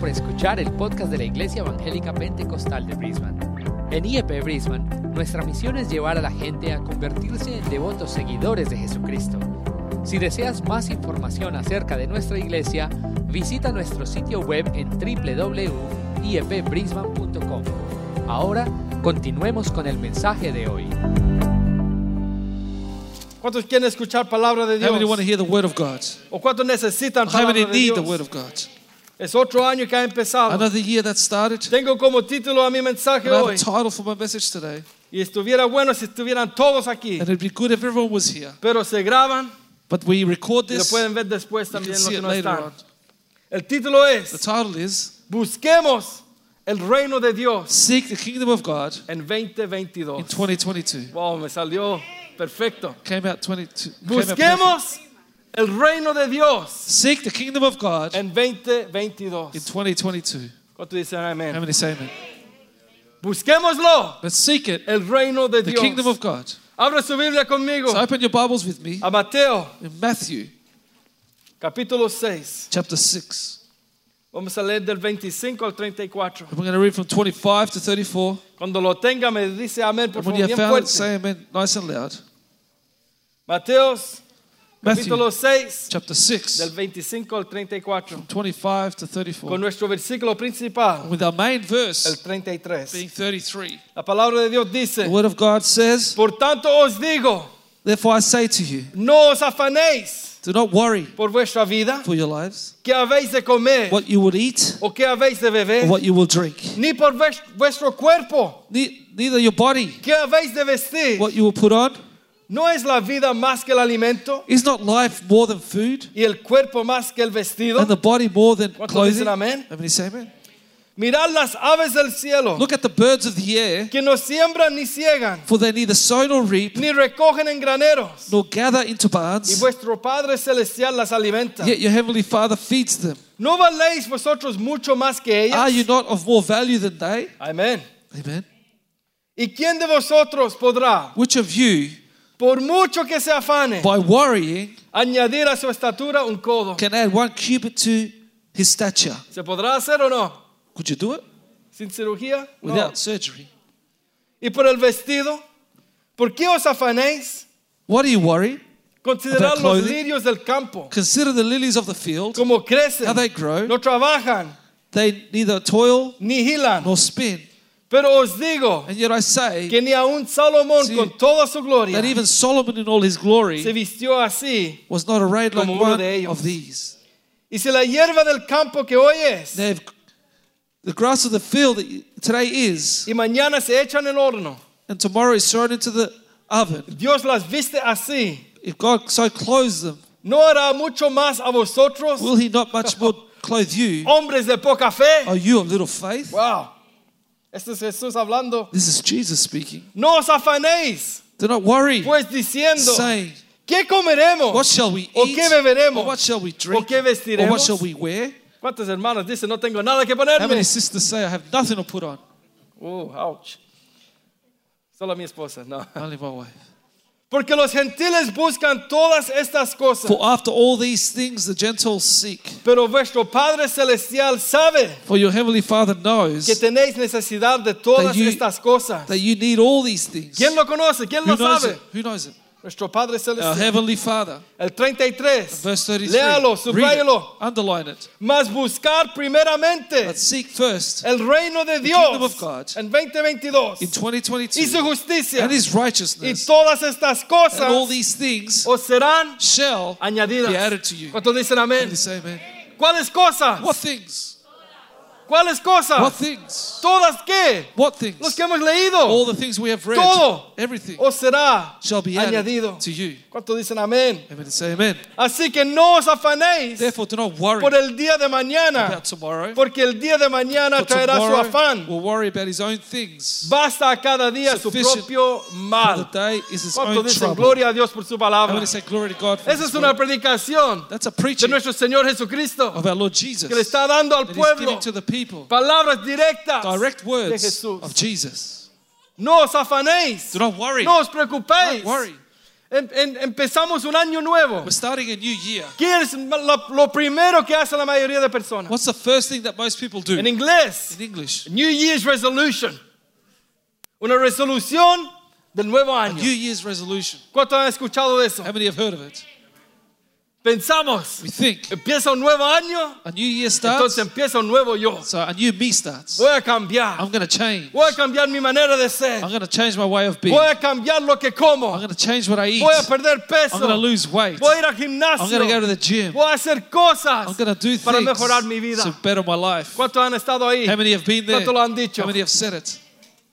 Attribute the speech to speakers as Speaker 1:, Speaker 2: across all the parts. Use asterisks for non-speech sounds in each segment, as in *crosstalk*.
Speaker 1: por escuchar el podcast de la Iglesia Evangélica Pentecostal de Brisbane. En IEP Brisbane, nuestra misión es llevar a la gente a convertirse en devotos seguidores de Jesucristo. Si deseas más información acerca de nuestra iglesia, visita nuestro sitio web en E www.iepbrisbane.com. Ahora, continuemos con el mensaje de hoy.
Speaker 2: ¿Cuántos quieren escuchar palabra de
Speaker 3: How many
Speaker 2: Dios?
Speaker 3: want to hear the word of God?
Speaker 2: ¿O cuántos necesitan
Speaker 3: How
Speaker 2: palabra
Speaker 3: many
Speaker 2: de
Speaker 3: need the word
Speaker 2: Dios?
Speaker 3: of God?
Speaker 2: Es otro año que ha empezado.
Speaker 3: Another year that started.
Speaker 2: Tengo como título a mi mensaje
Speaker 3: And I have
Speaker 2: hoy.
Speaker 3: a title for my message today.
Speaker 2: Y estuviera bueno si estuvieran todos aquí.
Speaker 3: And it'd be good if everyone was here.
Speaker 2: Pero se graban
Speaker 3: But we record
Speaker 2: y lo
Speaker 3: this. You
Speaker 2: pueden ver después
Speaker 3: can
Speaker 2: también los
Speaker 3: see
Speaker 2: que
Speaker 3: it
Speaker 2: no
Speaker 3: later on.
Speaker 2: están. El título
Speaker 3: The
Speaker 2: es
Speaker 3: title is
Speaker 2: Busquemos el reino de Dios
Speaker 3: Seek the Kingdom of God
Speaker 2: en
Speaker 3: in
Speaker 2: 2022.
Speaker 3: 2022.
Speaker 2: Wow, me salió perfecto.
Speaker 3: Came out 22. came out perfect.
Speaker 2: Busquemos el reino de Dios
Speaker 3: Seek the Kingdom of God
Speaker 2: en
Speaker 3: in
Speaker 2: 2022.
Speaker 3: 2022.
Speaker 2: ¿Cuántos dicen
Speaker 3: How
Speaker 2: amén?
Speaker 3: many say amen?
Speaker 2: Busquémoslo,
Speaker 3: But seek it,
Speaker 2: el reino de
Speaker 3: the Kingdom
Speaker 2: Dios.
Speaker 3: of God.
Speaker 2: Abra su Biblia conmigo
Speaker 3: So open your Bibles with me
Speaker 2: a Mateo
Speaker 3: in Matthew
Speaker 2: capítulo 6.
Speaker 3: chapter 6.
Speaker 2: Vamos a leer del 25 al 34.
Speaker 3: And we're going to read from 25 to 34.
Speaker 2: Cuando lo tenga me dice amén, por
Speaker 3: And when
Speaker 2: favor,
Speaker 3: you
Speaker 2: bien
Speaker 3: have found it,
Speaker 2: fuerte.
Speaker 3: say amen nice and loud.
Speaker 2: Mateo
Speaker 3: Matthew
Speaker 2: capítulo 6
Speaker 3: chapter
Speaker 2: del
Speaker 3: 6,
Speaker 2: 25 al 34
Speaker 3: 25 to
Speaker 2: con
Speaker 3: 34.
Speaker 2: nuestro versículo principal,
Speaker 3: With our main
Speaker 2: el
Speaker 3: verse being
Speaker 2: 33.
Speaker 3: 33.
Speaker 2: La palabra de Dios
Speaker 3: The
Speaker 2: dice,
Speaker 3: word of God says,
Speaker 2: por tanto os digo,
Speaker 3: Therefore I say to you,
Speaker 2: no os afanéis
Speaker 3: do not worry
Speaker 2: por vuestra vida,
Speaker 3: for your lives,
Speaker 2: que habéis de comer
Speaker 3: what you will eat
Speaker 2: o que habéis de
Speaker 3: or
Speaker 2: beber,
Speaker 3: what you will drink,
Speaker 2: ni por vues- vuestro cuerpo,
Speaker 3: Ne- neither your body,
Speaker 2: que habéis de vestir.
Speaker 3: what you will put on.
Speaker 2: ¿No es la vida más que el alimento
Speaker 3: Is not life more than food
Speaker 2: y el cuerpo más que el vestido?
Speaker 3: and the body more than
Speaker 2: ¿Cuántos
Speaker 3: clothing?
Speaker 2: dicen amén?
Speaker 3: How many say amen?
Speaker 2: Mirad las aves del cielo,
Speaker 3: Look at the birds of the air,
Speaker 2: que no siembran ni ciegan,
Speaker 3: for they neither sow nor reap,
Speaker 2: ni recogen en graneros,
Speaker 3: nor gather into
Speaker 2: y
Speaker 3: barns,
Speaker 2: vuestro Padre Celestial las alimenta.
Speaker 3: yet your heavenly Father feeds them.
Speaker 2: ¿No valéis vosotros mucho más que ellas?
Speaker 3: Are you not of more value than they?
Speaker 2: Amén.
Speaker 3: Amen.
Speaker 2: ¿Y quién de vosotros podrá,
Speaker 3: Which of you,
Speaker 2: por mucho que se afane,
Speaker 3: by worrying,
Speaker 2: añadir a su estatura un codo?
Speaker 3: can add one cubit to his stature?
Speaker 2: ¿Se podrá hacer o no?
Speaker 3: Could you do it
Speaker 2: ¿Sin cirugía? No.
Speaker 3: without surgery?
Speaker 2: ¿Y por el vestido? ¿Por qué os afanéis?
Speaker 3: What do you worry?
Speaker 2: Considerad
Speaker 3: About
Speaker 2: los
Speaker 3: clothing?
Speaker 2: lirios del campo,
Speaker 3: Consider the lilies of the field.
Speaker 2: como crecen,
Speaker 3: How they grow.
Speaker 2: no trabajan,
Speaker 3: They neither toil
Speaker 2: ni hilan.
Speaker 3: nor spin.
Speaker 2: Pero os digo
Speaker 3: And yet I say
Speaker 2: que ni aun Salomón
Speaker 3: Sí.
Speaker 2: con toda su gloria
Speaker 3: that even Solomon in all his glory
Speaker 2: se vistió así.
Speaker 3: was not arrayed like
Speaker 2: Como uno
Speaker 3: one
Speaker 2: de ellos.
Speaker 3: of these.
Speaker 2: Y si la hierba del campo que hoy es
Speaker 3: They have the grass of the field that today is,
Speaker 2: y mañana se echa en el horno,
Speaker 3: and tomorrow is thrown into the oven.
Speaker 2: Dios las viste así,
Speaker 3: If God so clothes them,
Speaker 2: ¿no hará mucho más a vosotros,
Speaker 3: Will he not much more clothe you?
Speaker 2: hombres de poca fe?
Speaker 3: Are you of little faith?
Speaker 2: Wow. Este es Jesús hablando.
Speaker 3: This is Jesus speaking.
Speaker 2: No os afanéis,
Speaker 3: Do not worry,
Speaker 2: pues diciendo,
Speaker 3: saying,
Speaker 2: ¿qué comeremos?
Speaker 3: What shall we
Speaker 2: ¿O
Speaker 3: eat?
Speaker 2: qué beberemos?
Speaker 3: Or what shall we
Speaker 2: ¿O
Speaker 3: drink?
Speaker 2: qué vestiremos?
Speaker 3: Or what shall we wear?
Speaker 2: ¿Cuántos hermanos dicen, no tengo nada que
Speaker 3: How
Speaker 2: ponerme?
Speaker 3: many sisters say, I have nothing to put on?
Speaker 2: Oh, ouch. Solo mi esposa, no.
Speaker 3: Only my wife.
Speaker 2: Porque los gentiles buscan todas estas cosas.
Speaker 3: For after all these things the Gentiles seek,
Speaker 2: Pero vuestro Padre Celestial sabe
Speaker 3: for your heavenly Father knows
Speaker 2: que tenéis necesidad de todas
Speaker 3: That you-
Speaker 2: estas cosas.
Speaker 3: that you need all these things.
Speaker 2: ¿Quién lo conoce? ¿Quién lo
Speaker 3: Who knows it?
Speaker 2: sabe?
Speaker 3: Who knows it?
Speaker 2: Nuestro Padre
Speaker 3: Our
Speaker 2: Celestial.
Speaker 3: heavenly Father.
Speaker 2: El 33.
Speaker 3: Uh-huh. Verse 33.
Speaker 2: Léalo,
Speaker 3: Read it.
Speaker 2: subráyalo.
Speaker 3: Underline it.
Speaker 2: Mas buscar primeramente
Speaker 3: But seek first
Speaker 2: el reino de
Speaker 3: kingdom of God.
Speaker 2: Dios en 2022
Speaker 3: in
Speaker 2: y su
Speaker 3: 2022
Speaker 2: justicia
Speaker 3: and his
Speaker 2: y
Speaker 3: righteousness
Speaker 2: todas estas
Speaker 3: and all
Speaker 2: cosas
Speaker 3: these things
Speaker 2: os serán
Speaker 3: shall be
Speaker 2: añadidas.
Speaker 3: added to you.
Speaker 2: ¿Cuántos dicen
Speaker 3: And
Speaker 2: amén?
Speaker 3: you say, amen.
Speaker 2: ¿Cuáles cosas?
Speaker 3: What things?
Speaker 2: ¿Cuáles
Speaker 3: What
Speaker 2: cosas?
Speaker 3: things?
Speaker 2: ¿Todas qué?
Speaker 3: What
Speaker 2: Los
Speaker 3: things?
Speaker 2: que hemos
Speaker 3: All
Speaker 2: leído.
Speaker 3: the things we have read,
Speaker 2: Todo.
Speaker 3: everything
Speaker 2: Os será
Speaker 3: shall be
Speaker 2: añadido.
Speaker 3: added to you.
Speaker 2: ¿Cuántos dicen amén?
Speaker 3: Amen. Say amen.
Speaker 2: Así que no os afanéis
Speaker 3: Therefore, do not worry
Speaker 2: por el día de mañana,
Speaker 3: about tomorrow,
Speaker 2: porque el día de mañana
Speaker 3: for
Speaker 2: traerá su
Speaker 3: tomorrow
Speaker 2: afán.
Speaker 3: will worry about his own things.
Speaker 2: Basta a cada día su
Speaker 3: Sufficient
Speaker 2: propio
Speaker 3: For the
Speaker 2: mal.
Speaker 3: day is his
Speaker 2: ¿Cuántos
Speaker 3: own
Speaker 2: dicen
Speaker 3: trouble.
Speaker 2: gloria a Dios por su
Speaker 3: I
Speaker 2: palabra?
Speaker 3: want to say glory to God. for
Speaker 2: Esa
Speaker 3: this
Speaker 2: es una
Speaker 3: word.
Speaker 2: predicación
Speaker 3: That's a
Speaker 2: de
Speaker 3: preaching
Speaker 2: nuestro Señor Jesucristo
Speaker 3: of our Lord Jesus.
Speaker 2: que le está dando al
Speaker 3: that he's
Speaker 2: pueblo
Speaker 3: giving to the people.
Speaker 2: palabras directas
Speaker 3: Direct
Speaker 2: de
Speaker 3: words
Speaker 2: Jesús.
Speaker 3: of Jesus.
Speaker 2: No os afanéis,
Speaker 3: Do not worry.
Speaker 2: no os
Speaker 3: Don't
Speaker 2: preocupéis
Speaker 3: worry.
Speaker 2: em- em- empezamos un año nuevo.
Speaker 3: We're starting a new year.
Speaker 2: ¿Qué es lo, lo primero que hace la mayoría de personas?
Speaker 3: What's the first thing that most people do
Speaker 2: En
Speaker 3: in
Speaker 2: inglés,
Speaker 3: English?
Speaker 2: New Year's Resolution. Una resolución del nuevo
Speaker 3: A
Speaker 2: año.
Speaker 3: New Year's resolution.
Speaker 2: ¿Cuántos han escuchado de eso?
Speaker 3: How many have heard of it?
Speaker 2: Pensamos,
Speaker 3: We think
Speaker 2: empieza un nuevo año,
Speaker 3: a new year starts,
Speaker 2: entonces empieza un nuevo yo.
Speaker 3: so a new me starts.
Speaker 2: Voy a cambiar.
Speaker 3: I'm going to change.
Speaker 2: Voy a cambiar mi manera de ser.
Speaker 3: I'm going to change my way of being.
Speaker 2: Voy a cambiar lo que
Speaker 3: I'm
Speaker 2: como.
Speaker 3: going to change what I eat.
Speaker 2: Voy a perder
Speaker 3: I'm going to
Speaker 2: peso.
Speaker 3: lose weight.
Speaker 2: Voy a ir al
Speaker 3: I'm going to go to
Speaker 2: gimnasio.
Speaker 3: the gym.
Speaker 2: Voy a hacer cosas
Speaker 3: I'm going to do
Speaker 2: para
Speaker 3: things
Speaker 2: mejorar mi vida.
Speaker 3: to better my life.
Speaker 2: ¿Cuántos han estado ahí?
Speaker 3: How many have been there?
Speaker 2: ¿Cuántos lo han dicho?
Speaker 3: How many have said it?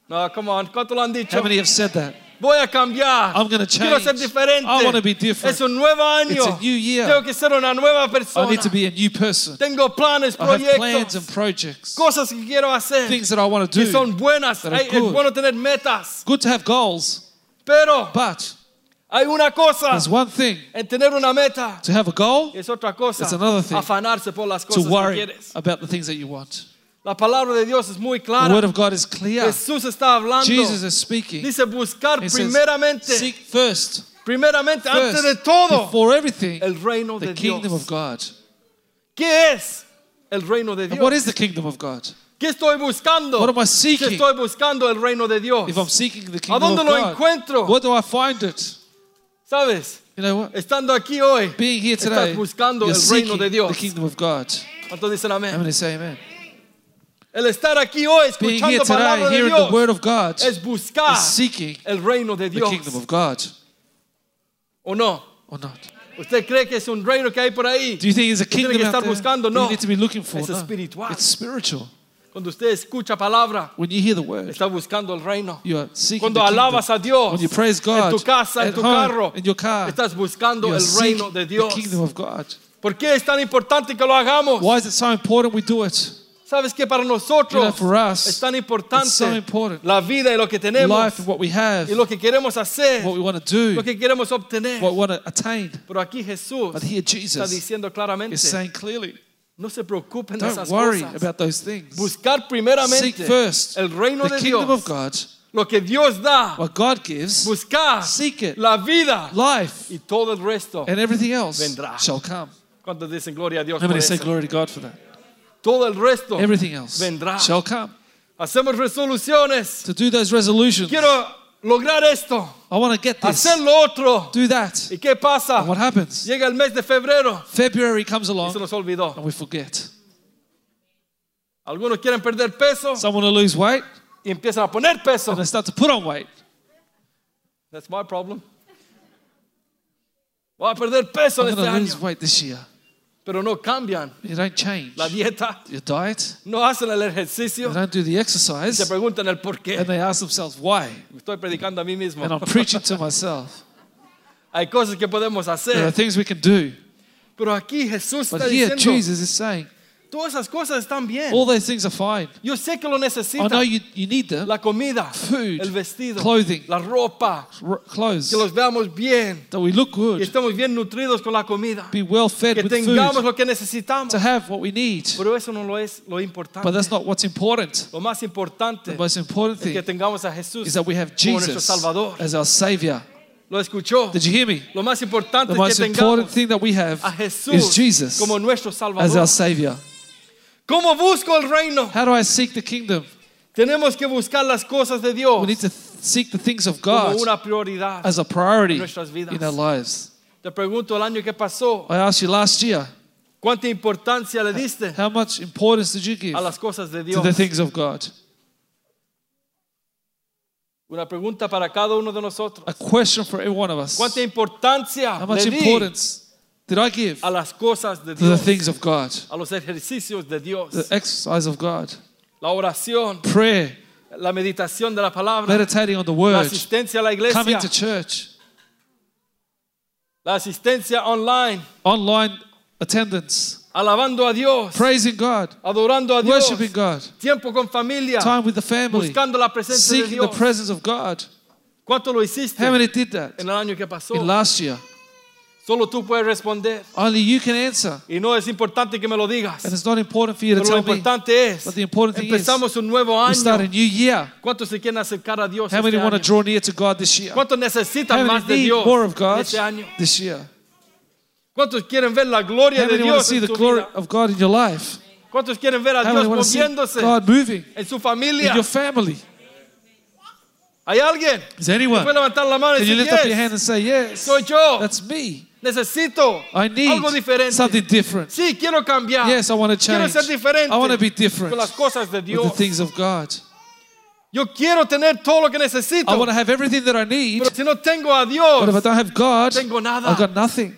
Speaker 2: No, come on. ¿Cuántos lo han dicho?
Speaker 3: How many have said that?
Speaker 2: Voy a cambiar.
Speaker 3: I'm gonna
Speaker 2: Quiero ser
Speaker 3: change.
Speaker 2: diferente.
Speaker 3: I wanna be different.
Speaker 2: Es un nuevo año.
Speaker 3: It's a new year.
Speaker 2: Tengo que ser una nueva persona.
Speaker 3: I need to be a new person.
Speaker 2: Tengo planes,
Speaker 3: I have plans
Speaker 2: proyectos,
Speaker 3: and projects,
Speaker 2: cosas que quiero hacer
Speaker 3: things that I want to
Speaker 2: que
Speaker 3: do.
Speaker 2: son buenas.
Speaker 3: that are
Speaker 2: Hay- es
Speaker 3: good.
Speaker 2: bueno tener metas.
Speaker 3: Good to have goals,
Speaker 2: Pero
Speaker 3: but
Speaker 2: hay una cosa
Speaker 3: there's one thing
Speaker 2: en tener una meta.
Speaker 3: to have a goal,
Speaker 2: y Es otra cosa
Speaker 3: It's another thing.
Speaker 2: afanarse por las
Speaker 3: to
Speaker 2: cosas que
Speaker 3: worry
Speaker 2: quieres.
Speaker 3: about the things that you want.
Speaker 2: La palabra de Dios es muy
Speaker 3: The word
Speaker 2: clara.
Speaker 3: of God is clear.
Speaker 2: Jesús está hablando.
Speaker 3: Jesus is speaking.
Speaker 2: Dice buscar
Speaker 3: He says,
Speaker 2: primeramente,
Speaker 3: Seek first,
Speaker 2: primeramente, antes
Speaker 3: first,
Speaker 2: de todo,
Speaker 3: before everything,
Speaker 2: el reino de
Speaker 3: the kingdom
Speaker 2: Dios.
Speaker 3: of God.
Speaker 2: ¿Qué es el reino de
Speaker 3: And what
Speaker 2: Dios?
Speaker 3: is the kingdom of God?
Speaker 2: ¿Qué estoy buscando?
Speaker 3: What am I
Speaker 2: ¿Qué
Speaker 3: seeking?
Speaker 2: estoy buscando el reino de
Speaker 3: If I'm
Speaker 2: Dios?
Speaker 3: seeking the
Speaker 2: ¿A
Speaker 3: kingdom
Speaker 2: dónde
Speaker 3: of
Speaker 2: lo
Speaker 3: God,
Speaker 2: encuentro?
Speaker 3: where do I find it?
Speaker 2: ¿Sabes?
Speaker 3: You know what?
Speaker 2: Estando aquí hoy,
Speaker 3: Being here today,
Speaker 2: estás buscando
Speaker 3: you're
Speaker 2: el reino
Speaker 3: seeking
Speaker 2: de Dios.
Speaker 3: the kingdom of God.
Speaker 2: ¿Cuántos dicen
Speaker 3: How
Speaker 2: amén?
Speaker 3: many say amen?
Speaker 2: El estar aquí hoy
Speaker 3: Being here
Speaker 2: escuchando
Speaker 3: today,
Speaker 2: palabra de
Speaker 3: hearing the
Speaker 2: Dios
Speaker 3: word of God, is
Speaker 2: es buscar
Speaker 3: seeking
Speaker 2: el reino de
Speaker 3: the
Speaker 2: Dios.
Speaker 3: kingdom of God
Speaker 2: ¿O no?
Speaker 3: or not.
Speaker 2: ¿Usted cree que es un reino que hay por ahí?
Speaker 3: Do you think there's a
Speaker 2: tiene que
Speaker 3: kingdom out
Speaker 2: estar
Speaker 3: there
Speaker 2: buscando?
Speaker 3: that
Speaker 2: No.
Speaker 3: you need to be looking for?
Speaker 2: Es
Speaker 3: No.
Speaker 2: espiritual.
Speaker 3: It's spiritual.
Speaker 2: Cuando usted escucha palabra,
Speaker 3: When you hear the word,
Speaker 2: está buscando el reino.
Speaker 3: you are seeking
Speaker 2: Cuando
Speaker 3: the kingdom.
Speaker 2: alabas a Dios,
Speaker 3: When you praise God,
Speaker 2: en tu casa, en
Speaker 3: at
Speaker 2: tu
Speaker 3: home,
Speaker 2: carro,
Speaker 3: in your car,
Speaker 2: estás
Speaker 3: you
Speaker 2: buscando
Speaker 3: are
Speaker 2: el
Speaker 3: seeking
Speaker 2: reino de
Speaker 3: the
Speaker 2: Dios.
Speaker 3: kingdom of God.
Speaker 2: ¿Por qué es tan importante que lo hagamos?
Speaker 3: Why is it so important we do it?
Speaker 2: Sabes que para nosotros
Speaker 3: You know, for us,
Speaker 2: es tan
Speaker 3: it's so
Speaker 2: importante
Speaker 3: important.
Speaker 2: la vida y lo que tenemos
Speaker 3: Life and what we have,
Speaker 2: y lo que queremos hacer,
Speaker 3: what we want to
Speaker 2: lo
Speaker 3: do,
Speaker 2: que queremos obtener.
Speaker 3: what we want to attain.
Speaker 2: Pero aquí Jesús
Speaker 3: But here
Speaker 2: está
Speaker 3: Jesus
Speaker 2: diciendo claramente,
Speaker 3: is saying clearly,
Speaker 2: no se preocupen de
Speaker 3: don't
Speaker 2: esas
Speaker 3: worry
Speaker 2: cosas.
Speaker 3: about those things.
Speaker 2: Buscar
Speaker 3: Seek
Speaker 2: primeramente
Speaker 3: first
Speaker 2: el reino
Speaker 3: the
Speaker 2: de
Speaker 3: kingdom
Speaker 2: Dios,
Speaker 3: of God,
Speaker 2: lo que Dios da,
Speaker 3: what God gives,
Speaker 2: buscar
Speaker 3: seek it.
Speaker 2: la vida
Speaker 3: life
Speaker 2: y todo el resto.
Speaker 3: and everything else
Speaker 2: vendrá.
Speaker 3: shall come.
Speaker 2: Cuando dicen gloria a Dios
Speaker 3: How
Speaker 2: por
Speaker 3: many say
Speaker 2: eso?
Speaker 3: glory to God for that?
Speaker 2: Todo el resto.
Speaker 3: Everything else
Speaker 2: vendrá.
Speaker 3: shall come.
Speaker 2: Hacemos resoluciones.
Speaker 3: To do those resolutions,
Speaker 2: Quiero lograr esto,
Speaker 3: I want to get this,
Speaker 2: hacer lo otro.
Speaker 3: do that.
Speaker 2: ¿Y qué pasa?
Speaker 3: And what happens?
Speaker 2: Llega el mes de febrero
Speaker 3: February comes
Speaker 2: y se
Speaker 3: along
Speaker 2: nos olvidó.
Speaker 3: and we forget.
Speaker 2: Algunos quieren perder peso
Speaker 3: Someone will lose weight
Speaker 2: y empiezan a poner peso.
Speaker 3: and they start to put on weight.
Speaker 2: That's my problem. Voy a perder peso en este
Speaker 3: I'm going to lose
Speaker 2: año.
Speaker 3: weight this year.
Speaker 2: Pero no cambian
Speaker 3: You don't change
Speaker 2: la dieta,
Speaker 3: your diet.
Speaker 2: no hacen el
Speaker 3: You
Speaker 2: ejercicio.
Speaker 3: don't do the
Speaker 2: Se
Speaker 3: exercise.
Speaker 2: preguntan el por qué.
Speaker 3: And they ask themselves why.
Speaker 2: Me Estoy predicando a mí mismo.
Speaker 3: And I'm preaching to myself.
Speaker 2: *laughs* Hay cosas que podemos
Speaker 3: There are
Speaker 2: hacer.
Speaker 3: things we can do.
Speaker 2: Pero aquí Jesús está
Speaker 3: But here,
Speaker 2: diciendo,
Speaker 3: Jesus is saying,
Speaker 2: todas esas cosas están bien.
Speaker 3: all those things are fine.
Speaker 2: Yo sé que lo
Speaker 3: I know
Speaker 2: necesitan.
Speaker 3: you, you need them.
Speaker 2: La comida,
Speaker 3: Food,
Speaker 2: el vestido,
Speaker 3: clothing.
Speaker 2: la ropa,
Speaker 3: R- clothes,
Speaker 2: que los veamos bien,
Speaker 3: that we look
Speaker 2: que
Speaker 3: good,
Speaker 2: estemos bien nutridos con la comida,
Speaker 3: be well
Speaker 2: que
Speaker 3: fed with
Speaker 2: tengamos
Speaker 3: food,
Speaker 2: lo que necesitamos.
Speaker 3: to have what we need.
Speaker 2: Pero eso no lo es lo
Speaker 3: But
Speaker 2: importante.
Speaker 3: that's not what's important.
Speaker 2: Lo más importante
Speaker 3: The most important
Speaker 2: es que
Speaker 3: thing
Speaker 2: tengamos a Jesús
Speaker 3: is that we have
Speaker 2: como nuestro
Speaker 3: Jesus
Speaker 2: Salvador.
Speaker 3: as our Savior.
Speaker 2: ¿Lo escuchó?
Speaker 3: Did you hear me?
Speaker 2: Lo más importante
Speaker 3: The
Speaker 2: es
Speaker 3: most
Speaker 2: que
Speaker 3: important
Speaker 2: tengamos
Speaker 3: thing that we have
Speaker 2: a Jesús
Speaker 3: is Jesus
Speaker 2: como nuestro
Speaker 3: as our
Speaker 2: Salvador.
Speaker 3: Savior.
Speaker 2: ¿Cómo busco el reino?
Speaker 3: How do I seek the kingdom?
Speaker 2: Tenemos que buscar las cosas de
Speaker 3: We
Speaker 2: Dios
Speaker 3: need to th- seek the things of
Speaker 2: como
Speaker 3: God
Speaker 2: una prioridad.
Speaker 3: as a priority
Speaker 2: nuestras vidas.
Speaker 3: in our lives.
Speaker 2: Te pregunto el año que pasó,
Speaker 3: I asked you last year,
Speaker 2: ¿cuánta importancia le diste
Speaker 3: how much importance did you give
Speaker 2: a las cosas de
Speaker 3: to
Speaker 2: Dios?
Speaker 3: the things of God?
Speaker 2: Una pregunta para cada uno de nosotros.
Speaker 3: A question for every one of us.
Speaker 2: ¿Cuánta importancia
Speaker 3: How much
Speaker 2: le di
Speaker 3: importance did I give
Speaker 2: a las cosas de
Speaker 3: to the
Speaker 2: Dios?
Speaker 3: things of God,
Speaker 2: A los ejercicios de
Speaker 3: the
Speaker 2: Dios,
Speaker 3: exercise of God,
Speaker 2: la oración,
Speaker 3: prayer,
Speaker 2: la meditación de la palabra,
Speaker 3: meditating on the
Speaker 2: la
Speaker 3: Word,
Speaker 2: asistencia a la
Speaker 3: coming
Speaker 2: iglesia,
Speaker 3: to church,
Speaker 2: la asistencia online,
Speaker 3: online attendance,
Speaker 2: alabando a Dios,
Speaker 3: praising God,
Speaker 2: adorando a Dios,
Speaker 3: worshiping God,
Speaker 2: tiempo con familia,
Speaker 3: time with the family,
Speaker 2: buscando la presencia de
Speaker 3: seeking the
Speaker 2: Dios.
Speaker 3: presence of God.
Speaker 2: ¿Cuánto lo hiciste
Speaker 3: How
Speaker 2: en
Speaker 3: many did that
Speaker 2: el año que pasó?
Speaker 3: in last year?
Speaker 2: Solo tú puedes responder.
Speaker 3: Only you can answer.
Speaker 2: Y no es importante que me lo
Speaker 3: And
Speaker 2: digas.
Speaker 3: it's not important for you to
Speaker 2: Pero lo
Speaker 3: tell me.
Speaker 2: importante es,
Speaker 3: But the important thing is,
Speaker 2: empezamos un nuevo
Speaker 3: We start a
Speaker 2: año.
Speaker 3: new year.
Speaker 2: ¿Cuántos se quieren acercar a Dios
Speaker 3: How many
Speaker 2: este
Speaker 3: want to
Speaker 2: año?
Speaker 3: draw near to God this year?
Speaker 2: ¿Cuántos
Speaker 3: How
Speaker 2: necesitan más de
Speaker 3: many need
Speaker 2: Dios
Speaker 3: more of God
Speaker 2: este año?
Speaker 3: this year?
Speaker 2: ¿Cuántos quieren ver la gloria
Speaker 3: How
Speaker 2: de
Speaker 3: many want to
Speaker 2: Dios
Speaker 3: see
Speaker 2: en
Speaker 3: the
Speaker 2: su
Speaker 3: glory
Speaker 2: vida?
Speaker 3: of God in your life?
Speaker 2: ¿Cuántos quieren ver a
Speaker 3: How
Speaker 2: Dios
Speaker 3: many want to see
Speaker 2: moviéndose
Speaker 3: God moving
Speaker 2: en su
Speaker 3: in
Speaker 2: familia?
Speaker 3: your family?
Speaker 2: ¿Hay alguien?
Speaker 3: Is
Speaker 2: Puede
Speaker 3: anyone?
Speaker 2: levantar la mano y
Speaker 3: Can you
Speaker 2: decir,
Speaker 3: lift up your
Speaker 2: "Yes,
Speaker 3: hand and say, Yes,
Speaker 2: soy yo.
Speaker 3: that's me.
Speaker 2: Necesito
Speaker 3: I need
Speaker 2: algo diferente.
Speaker 3: something different.
Speaker 2: Sí, quiero cambiar.
Speaker 3: Yes, I want to
Speaker 2: quiero
Speaker 3: change.
Speaker 2: ser diferente
Speaker 3: I want to be different
Speaker 2: con las cosas de
Speaker 3: with the
Speaker 2: Dios.
Speaker 3: things of God.
Speaker 2: Yo quiero tener todo lo que necesito.
Speaker 3: I want to have everything that I need,
Speaker 2: pero si no tengo a
Speaker 3: but if I
Speaker 2: Dios,
Speaker 3: don't have God,
Speaker 2: tengo nada.
Speaker 3: I've got nothing.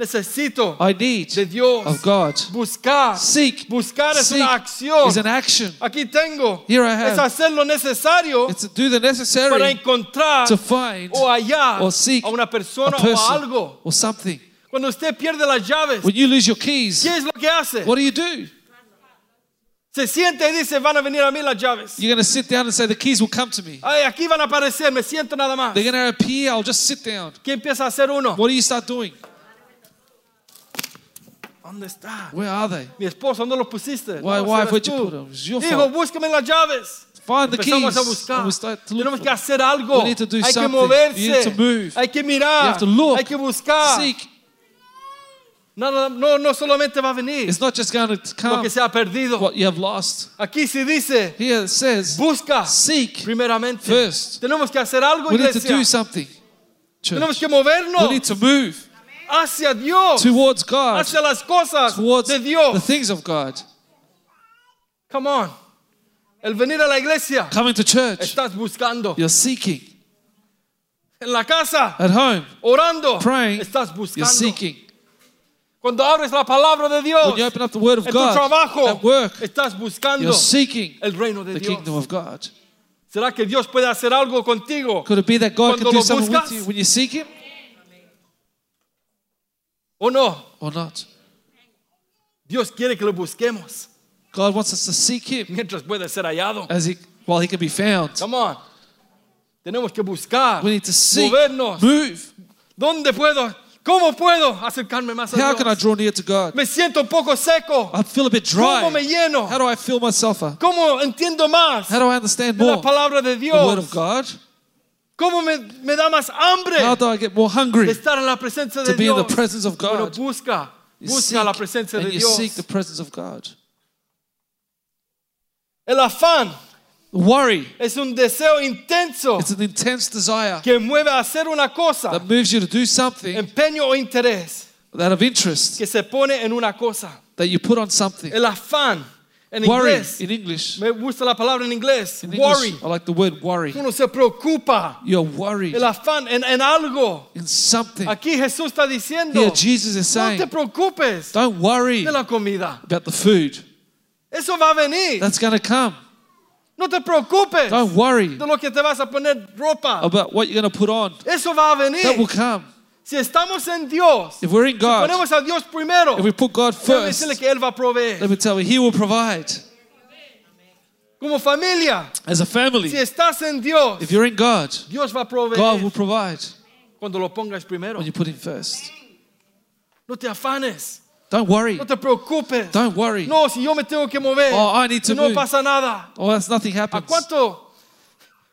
Speaker 2: necesito
Speaker 3: I need
Speaker 2: de Dios.
Speaker 3: of God.
Speaker 2: Buscar.
Speaker 3: Seek.
Speaker 2: Buscar es
Speaker 3: Seek
Speaker 2: una acción.
Speaker 3: is an action.
Speaker 2: Aquí tengo.
Speaker 3: Here I have.
Speaker 2: Es hacer lo necesario
Speaker 3: It's to do the
Speaker 2: para
Speaker 3: necessary
Speaker 2: encontrar
Speaker 3: to find
Speaker 2: o hallar
Speaker 3: or seek
Speaker 2: a una
Speaker 3: a
Speaker 2: persona o a
Speaker 3: person
Speaker 2: algo.
Speaker 3: or something.
Speaker 2: Cuando usted pierde las llaves,
Speaker 3: When you lose your keys,
Speaker 2: ¿qué es lo que hace?
Speaker 3: what do you do?
Speaker 2: Se siente y dice, van a venir a mí las llaves.
Speaker 3: You're going to sit down and say, The keys will come to me.
Speaker 2: Ay, aquí van a aparecer, me siento nada más.
Speaker 3: They're going to appear. I'll just sit down.
Speaker 2: ¿Qué empieza a hacer uno?
Speaker 3: What do you start doing?
Speaker 2: ¿Dónde está?
Speaker 3: Where are they?
Speaker 2: Mi esposo, ¿dónde los pusiste?
Speaker 3: Why,
Speaker 2: No,
Speaker 3: wife,
Speaker 2: serás
Speaker 3: where'd you
Speaker 2: tú.
Speaker 3: put them? It's your
Speaker 2: Hijo,
Speaker 3: fault.
Speaker 2: búscame las llaves.
Speaker 3: Find the
Speaker 2: Empezamos
Speaker 3: keys.
Speaker 2: a
Speaker 3: And
Speaker 2: buscar.
Speaker 3: we start to
Speaker 2: Tenemos
Speaker 3: look
Speaker 2: que
Speaker 3: for them.
Speaker 2: hacer algo.
Speaker 3: We need to do
Speaker 2: Hay que
Speaker 3: something. You need to move.
Speaker 2: moverse. Hay que
Speaker 3: You
Speaker 2: mirar.
Speaker 3: have to look.
Speaker 2: Hay que buscar.
Speaker 3: Seek.
Speaker 2: No, no, no, no solamente va a venir
Speaker 3: It's not just going to
Speaker 2: lo
Speaker 3: come
Speaker 2: que se ha perdido.
Speaker 3: what you have lost.
Speaker 2: Aquí se dice,
Speaker 3: Here it says,
Speaker 2: busca
Speaker 3: Seek
Speaker 2: primeramente.
Speaker 3: first.
Speaker 2: Tenemos que hacer algo,
Speaker 3: We need to
Speaker 2: iglesia.
Speaker 3: do something.
Speaker 2: Tenemos
Speaker 3: Church.
Speaker 2: que
Speaker 3: We
Speaker 2: movernos
Speaker 3: need to move
Speaker 2: hacia Dios,
Speaker 3: towards God,
Speaker 2: hacia las cosas
Speaker 3: towards
Speaker 2: de
Speaker 3: the
Speaker 2: Dios.
Speaker 3: things of God.
Speaker 2: Come on. El venir a la iglesia,
Speaker 3: Coming to church,
Speaker 2: estás buscando.
Speaker 3: you're seeking.
Speaker 2: En la casa,
Speaker 3: At home,
Speaker 2: orando,
Speaker 3: praying,
Speaker 2: estás
Speaker 3: you're
Speaker 2: buscando.
Speaker 3: seeking.
Speaker 2: Cuando abres la palabra de Dios
Speaker 3: When you open up the Word of
Speaker 2: en tu
Speaker 3: God
Speaker 2: trabajo,
Speaker 3: at work,
Speaker 2: estás buscando
Speaker 3: you're seeking
Speaker 2: el reino de
Speaker 3: the
Speaker 2: Dios.
Speaker 3: kingdom of God.
Speaker 2: ¿Será que Dios puede hacer algo contigo
Speaker 3: Could it be that God
Speaker 2: Cuando
Speaker 3: can do
Speaker 2: lo
Speaker 3: something
Speaker 2: buscas-
Speaker 3: with you when you seek Him
Speaker 2: o no?
Speaker 3: or not?
Speaker 2: Dios quiere que lo busquemos
Speaker 3: God wants us to seek Him
Speaker 2: mientras pueda ser hallado.
Speaker 3: as He while He can be found.
Speaker 2: Come on. Tenemos que buscar,
Speaker 3: We need to seek,
Speaker 2: movernos.
Speaker 3: move.
Speaker 2: ¿Dónde puedo? ¿Cómo puedo acercarme más a
Speaker 3: How can I
Speaker 2: Dios?
Speaker 3: draw near to God?
Speaker 2: Me siento un poco seco.
Speaker 3: I feel a bit
Speaker 2: ¿Cómo me
Speaker 3: dry.
Speaker 2: lleno?
Speaker 3: How do I fill myself up?
Speaker 2: ¿Cómo entiendo más
Speaker 3: How do I understand
Speaker 2: de la
Speaker 3: more the
Speaker 2: palabra de
Speaker 3: Word of
Speaker 2: Dios?
Speaker 3: God?
Speaker 2: ¿Cómo me, me da más hambre
Speaker 3: How do I get more
Speaker 2: de
Speaker 3: hungry
Speaker 2: estar en la presencia de
Speaker 3: to be in the
Speaker 2: Dios?
Speaker 3: presence of
Speaker 2: Bueno,
Speaker 3: God?
Speaker 2: busca,
Speaker 3: You
Speaker 2: busca la
Speaker 3: seek
Speaker 2: presencia de
Speaker 3: and you
Speaker 2: Dios.
Speaker 3: seek the presence of God.
Speaker 2: El afán
Speaker 3: Worry.
Speaker 2: es un deseo intenso
Speaker 3: It's an intense desire
Speaker 2: que mueve a hacer una cosa,
Speaker 3: that moves you to do something
Speaker 2: empeño o interés
Speaker 3: that of interest
Speaker 2: que se pone en una cosa.
Speaker 3: that you put on something.
Speaker 2: El afán en
Speaker 3: Worry
Speaker 2: inglés,
Speaker 3: in English.
Speaker 2: me gusta la palabra en inglés,
Speaker 3: In English,
Speaker 2: worry.
Speaker 3: I like the word worry.
Speaker 2: Uno se preocupa,
Speaker 3: You're worried
Speaker 2: el afán en, en algo.
Speaker 3: in something.
Speaker 2: Aquí Jesús está diciendo,
Speaker 3: Here Jesus is
Speaker 2: no te
Speaker 3: saying,
Speaker 2: preocupes
Speaker 3: don't worry
Speaker 2: de la comida.
Speaker 3: about the food.
Speaker 2: Eso va a venir.
Speaker 3: That's going to come.
Speaker 2: No te preocupes
Speaker 3: Don't worry
Speaker 2: de lo que te vas a poner ropa.
Speaker 3: about what you're going to put on.
Speaker 2: Eso va a
Speaker 3: That will
Speaker 2: venir.
Speaker 3: come.
Speaker 2: Si estamos en Dios,
Speaker 3: If we're in God,
Speaker 2: ponemos a Dios primero.
Speaker 3: if we put God
Speaker 2: Quiero
Speaker 3: first,
Speaker 2: decirle que Él va a proveer.
Speaker 3: let me tell you, He will provide.
Speaker 2: Como familia,
Speaker 3: As a
Speaker 2: si
Speaker 3: family,
Speaker 2: estás en Dios,
Speaker 3: if you're in God,
Speaker 2: Dios va a
Speaker 3: God will
Speaker 2: proveer
Speaker 3: provide
Speaker 2: cuando lo pongas primero.
Speaker 3: when you put Him first.
Speaker 2: No te afanes,
Speaker 3: Don't worry.
Speaker 2: no te preocupes.
Speaker 3: Don't worry.
Speaker 2: No, si yo me tengo que mover,
Speaker 3: Oh, I need to
Speaker 2: si no
Speaker 3: move.
Speaker 2: pasa nada.
Speaker 3: Oh, that's nothing
Speaker 2: ¿A
Speaker 3: happens.
Speaker 2: cuánto,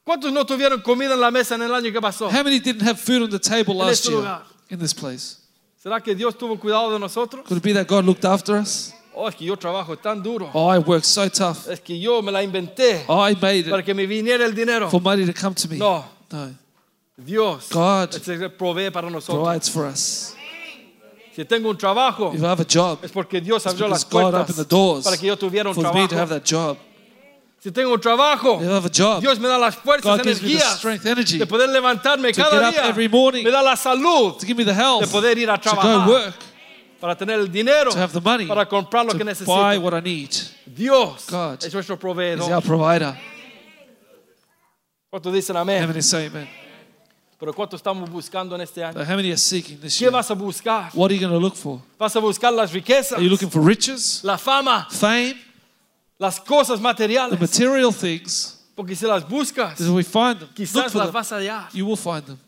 Speaker 2: cuántos no tuvieron comida en la mesa en el año que pasó?
Speaker 3: How many didn't have food on the table last
Speaker 2: este
Speaker 3: year
Speaker 2: lugar.
Speaker 3: in this place?
Speaker 2: ¿Será que Dios tuvo cuidado de nosotros?
Speaker 3: Could it be that God looked after us?
Speaker 2: Oh, es que yo trabajo tan duro.
Speaker 3: Oh, I worked so tough.
Speaker 2: Es que yo me la inventé
Speaker 3: Oh, I made
Speaker 2: para
Speaker 3: it
Speaker 2: que me viniera el dinero.
Speaker 3: for money to come to me.
Speaker 2: No,
Speaker 3: No.
Speaker 2: Dios
Speaker 3: God
Speaker 2: es el que provee para nosotros.
Speaker 3: Provides for us.
Speaker 2: Si tengo un trabajo,
Speaker 3: If I have a job,
Speaker 2: es porque Dios abrió
Speaker 3: because
Speaker 2: las
Speaker 3: God
Speaker 2: puertas
Speaker 3: opened the doors
Speaker 2: para que yo tuviera un
Speaker 3: for me to
Speaker 2: trabajo.
Speaker 3: have that job.
Speaker 2: Si tengo un trabajo,
Speaker 3: If I have a job,
Speaker 2: Dios me da las fuerzas,
Speaker 3: God gives me the
Speaker 2: energías
Speaker 3: strength, energy
Speaker 2: de poder levantarme
Speaker 3: to get
Speaker 2: cada
Speaker 3: up
Speaker 2: día.
Speaker 3: every morning.
Speaker 2: Me da la salud
Speaker 3: to give me the health
Speaker 2: de poder ir a
Speaker 3: to
Speaker 2: trabajar.
Speaker 3: go work,
Speaker 2: para tener el dinero,
Speaker 3: to have the money
Speaker 2: para comprar lo que
Speaker 3: to buy
Speaker 2: necesito.
Speaker 3: what I need.
Speaker 2: Dios
Speaker 3: God
Speaker 2: es nuestro
Speaker 3: He's our
Speaker 2: proveedor.
Speaker 3: provider.
Speaker 2: ¿Cuántos dicen
Speaker 3: How
Speaker 2: amén?
Speaker 3: many say amen?
Speaker 2: Pero ¿cuánto estamos buscando en este año?
Speaker 3: But how many are seeking this
Speaker 2: ¿Qué
Speaker 3: year?
Speaker 2: vas a buscar?
Speaker 3: What are you going to look for?
Speaker 2: ¿Vas a buscar las riquezas,
Speaker 3: Are you looking for riches,
Speaker 2: la fama,
Speaker 3: fame,
Speaker 2: las cosas
Speaker 3: the
Speaker 2: materiales?
Speaker 3: material things?
Speaker 2: Porque si las buscas,
Speaker 3: Because if we find them, look
Speaker 2: quizás
Speaker 3: for
Speaker 2: las
Speaker 3: them,
Speaker 2: vas a hallar.
Speaker 3: you will find them.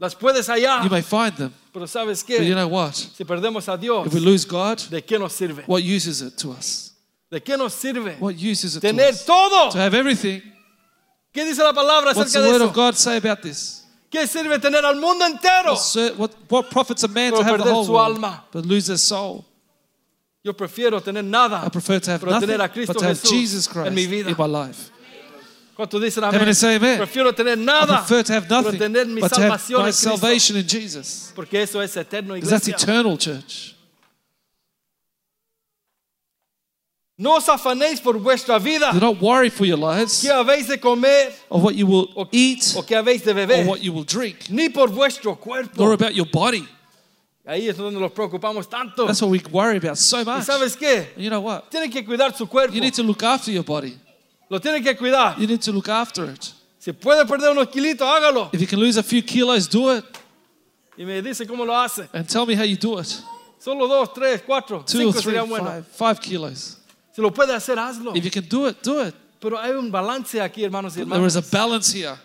Speaker 2: Las puedes hallar,
Speaker 3: You may find them,
Speaker 2: pero ¿sabes
Speaker 3: but you
Speaker 2: qué?
Speaker 3: know what?
Speaker 2: Si perdemos a Dios,
Speaker 3: If we lose God,
Speaker 2: ¿de qué nos sirve?
Speaker 3: what use is it to us?
Speaker 2: ¿De qué nos sirve?
Speaker 3: What use is it to
Speaker 2: Tener
Speaker 3: us? To
Speaker 2: todo.
Speaker 3: have everything.
Speaker 2: ¿Qué dice la palabra
Speaker 3: What's
Speaker 2: acerca
Speaker 3: the
Speaker 2: de
Speaker 3: word of
Speaker 2: eso?
Speaker 3: God say about this?
Speaker 2: ¿Qué sirve tener al mundo entero?
Speaker 3: What, ser- what, what profits a man
Speaker 2: Pero
Speaker 3: to have the
Speaker 2: perder
Speaker 3: whole
Speaker 2: su
Speaker 3: world,
Speaker 2: alma.
Speaker 3: but lose their soul?
Speaker 2: Yo prefiero tener nada,
Speaker 3: I prefer to have
Speaker 2: pero
Speaker 3: nothing,
Speaker 2: tener a
Speaker 3: but
Speaker 2: Cristo
Speaker 3: to have Jesus
Speaker 2: Jesús en
Speaker 3: Christ
Speaker 2: mi vida.
Speaker 3: in my life.
Speaker 2: ¿Cuántos dicen
Speaker 3: Heavenly
Speaker 2: amén?
Speaker 3: say amen.
Speaker 2: Prefiero tener
Speaker 3: I
Speaker 2: nada,
Speaker 3: prefer to have
Speaker 2: pero
Speaker 3: nothing,
Speaker 2: tener mi
Speaker 3: but to have
Speaker 2: salvación
Speaker 3: my
Speaker 2: en Cristo.
Speaker 3: salvation in Jesus.
Speaker 2: Porque eso es eterno,
Speaker 3: Because that's
Speaker 2: iglesia.
Speaker 3: eternal, church.
Speaker 2: No os afanéis por vuestra vida,
Speaker 3: Do not worry for your lives
Speaker 2: que habéis de comer
Speaker 3: of what you will eat
Speaker 2: o que habéis de
Speaker 3: or
Speaker 2: beber,
Speaker 3: what you will drink,
Speaker 2: ni por vuestro
Speaker 3: nor
Speaker 2: cuerpo.
Speaker 3: about your body.
Speaker 2: Ahí es donde nos preocupamos tanto.
Speaker 3: That's what we worry about so
Speaker 2: ¿Y
Speaker 3: much.
Speaker 2: sabes qué?
Speaker 3: And you know what?
Speaker 2: Tienen que cuidar su cuerpo.
Speaker 3: You need to look after your body.
Speaker 2: Lo tienen que cuidar.
Speaker 3: You need to look after it.
Speaker 2: Si puede perder unos kilitos, hágalo.
Speaker 3: If you can lose a few kilos, do it.
Speaker 2: Y me dice cómo lo hace.
Speaker 3: And tell me how you do it.
Speaker 2: Solo dos, tres, cuatro,
Speaker 3: Two
Speaker 2: cinco
Speaker 3: or three,
Speaker 2: serían buenos.
Speaker 3: five, five kilos.
Speaker 2: Si lo puede hacer, hazlo.
Speaker 3: If you can do it, do it.
Speaker 2: Pero hay un balance aquí, hermanos y
Speaker 3: There
Speaker 2: hermanas.
Speaker 3: is a balance here.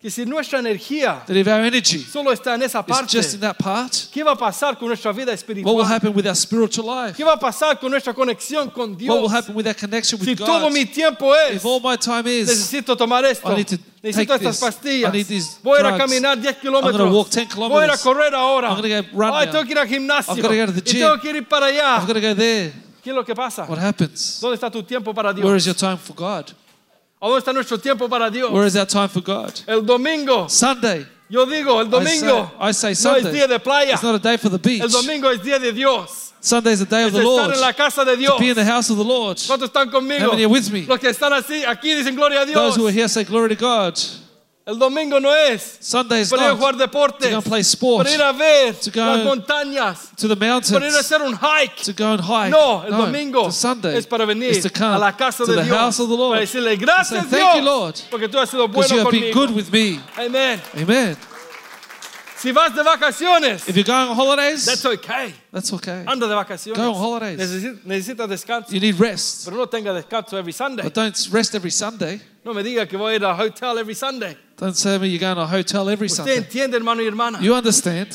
Speaker 2: Que si nuestra energía
Speaker 3: That if our energy
Speaker 2: solo está en esa
Speaker 3: is
Speaker 2: parte,
Speaker 3: just in that part,
Speaker 2: ¿qué va a pasar con nuestra vida
Speaker 3: what will
Speaker 2: espiritual?
Speaker 3: happen with our spiritual life?
Speaker 2: ¿Qué va a pasar con nuestra conexión con
Speaker 3: What will
Speaker 2: Dios?
Speaker 3: happen with our connection
Speaker 2: Si
Speaker 3: with
Speaker 2: todo
Speaker 3: God?
Speaker 2: mi tiempo es,
Speaker 3: If all my time is,
Speaker 2: necesito tomar esto,
Speaker 3: I need to
Speaker 2: necesito estas
Speaker 3: take this.
Speaker 2: pastillas,
Speaker 3: I need these
Speaker 2: voy a ir a
Speaker 3: drugs.
Speaker 2: caminar 10
Speaker 3: walk 10
Speaker 2: kilómetros, voy a ir a
Speaker 3: kilometers.
Speaker 2: correr ahora,
Speaker 3: I'm gonna go run
Speaker 2: Ay,
Speaker 3: now.
Speaker 2: tengo que ir al gimnasio,
Speaker 3: I've gotta go to the
Speaker 2: y
Speaker 3: gym.
Speaker 2: tengo que ir para
Speaker 3: I've
Speaker 2: allá.
Speaker 3: got to go there.
Speaker 2: ¿Qué es lo que pasa?
Speaker 3: What happens?
Speaker 2: ¿Dónde está tu tiempo para Dios?
Speaker 3: Where is your time for God?
Speaker 2: ¿A dónde está nuestro tiempo para Dios?
Speaker 3: Where is our time for God?
Speaker 2: El domingo,
Speaker 3: Sunday.
Speaker 2: yo digo, el
Speaker 3: I say-
Speaker 2: domingo
Speaker 3: I say
Speaker 2: no es
Speaker 3: Sunday.
Speaker 2: día de playa,
Speaker 3: It's not a day for the beach.
Speaker 2: el domingo es día de Dios,
Speaker 3: Sunday is the day of
Speaker 2: es
Speaker 3: the
Speaker 2: estar
Speaker 3: Lord.
Speaker 2: en la casa de Dios.
Speaker 3: Be in the house of the Lord.
Speaker 2: ¿Cuántos están conmigo?
Speaker 3: How many are with me?
Speaker 2: Los que están así, aquí dicen gloria a Dios.
Speaker 3: Those who are here say glory to God.
Speaker 2: El domingo no es
Speaker 3: Sunday is
Speaker 2: para ir a jugar
Speaker 3: not
Speaker 2: deportes,
Speaker 3: to go and play sport,
Speaker 2: para ir a ver
Speaker 3: to go-
Speaker 2: las montañas,
Speaker 3: to the
Speaker 2: para ir a
Speaker 3: mountains,
Speaker 2: hacer un hike.
Speaker 3: to go and hike.
Speaker 2: No, el domingo
Speaker 3: the Sunday
Speaker 2: es para venir
Speaker 3: is to come
Speaker 2: a la casa
Speaker 3: to
Speaker 2: de
Speaker 3: the
Speaker 2: Dios
Speaker 3: house of the Lord
Speaker 2: para decirle gracias
Speaker 3: and say, "Thank you, Lord,
Speaker 2: Dios porque tú has sido
Speaker 3: because you
Speaker 2: bueno
Speaker 3: have been
Speaker 2: conmigo.
Speaker 3: good with me.
Speaker 2: Amén.
Speaker 3: Amen.
Speaker 2: Si vas de vacaciones,
Speaker 3: If you're going on
Speaker 2: that's
Speaker 3: holidays,
Speaker 2: okay.
Speaker 3: that's okay.
Speaker 2: Anda de vacaciones.
Speaker 3: Go on holidays.
Speaker 2: Necesi- necesitas descanso,
Speaker 3: You need rest,
Speaker 2: pero no tenga descanso every Sunday.
Speaker 3: but don't rest every Sunday.
Speaker 2: No me diga que voy a ir a hotel every Sunday.
Speaker 3: Don't say to me you're going to a hotel every
Speaker 2: Usted
Speaker 3: Sunday.
Speaker 2: entiende, hermano y hermana.
Speaker 3: You understand?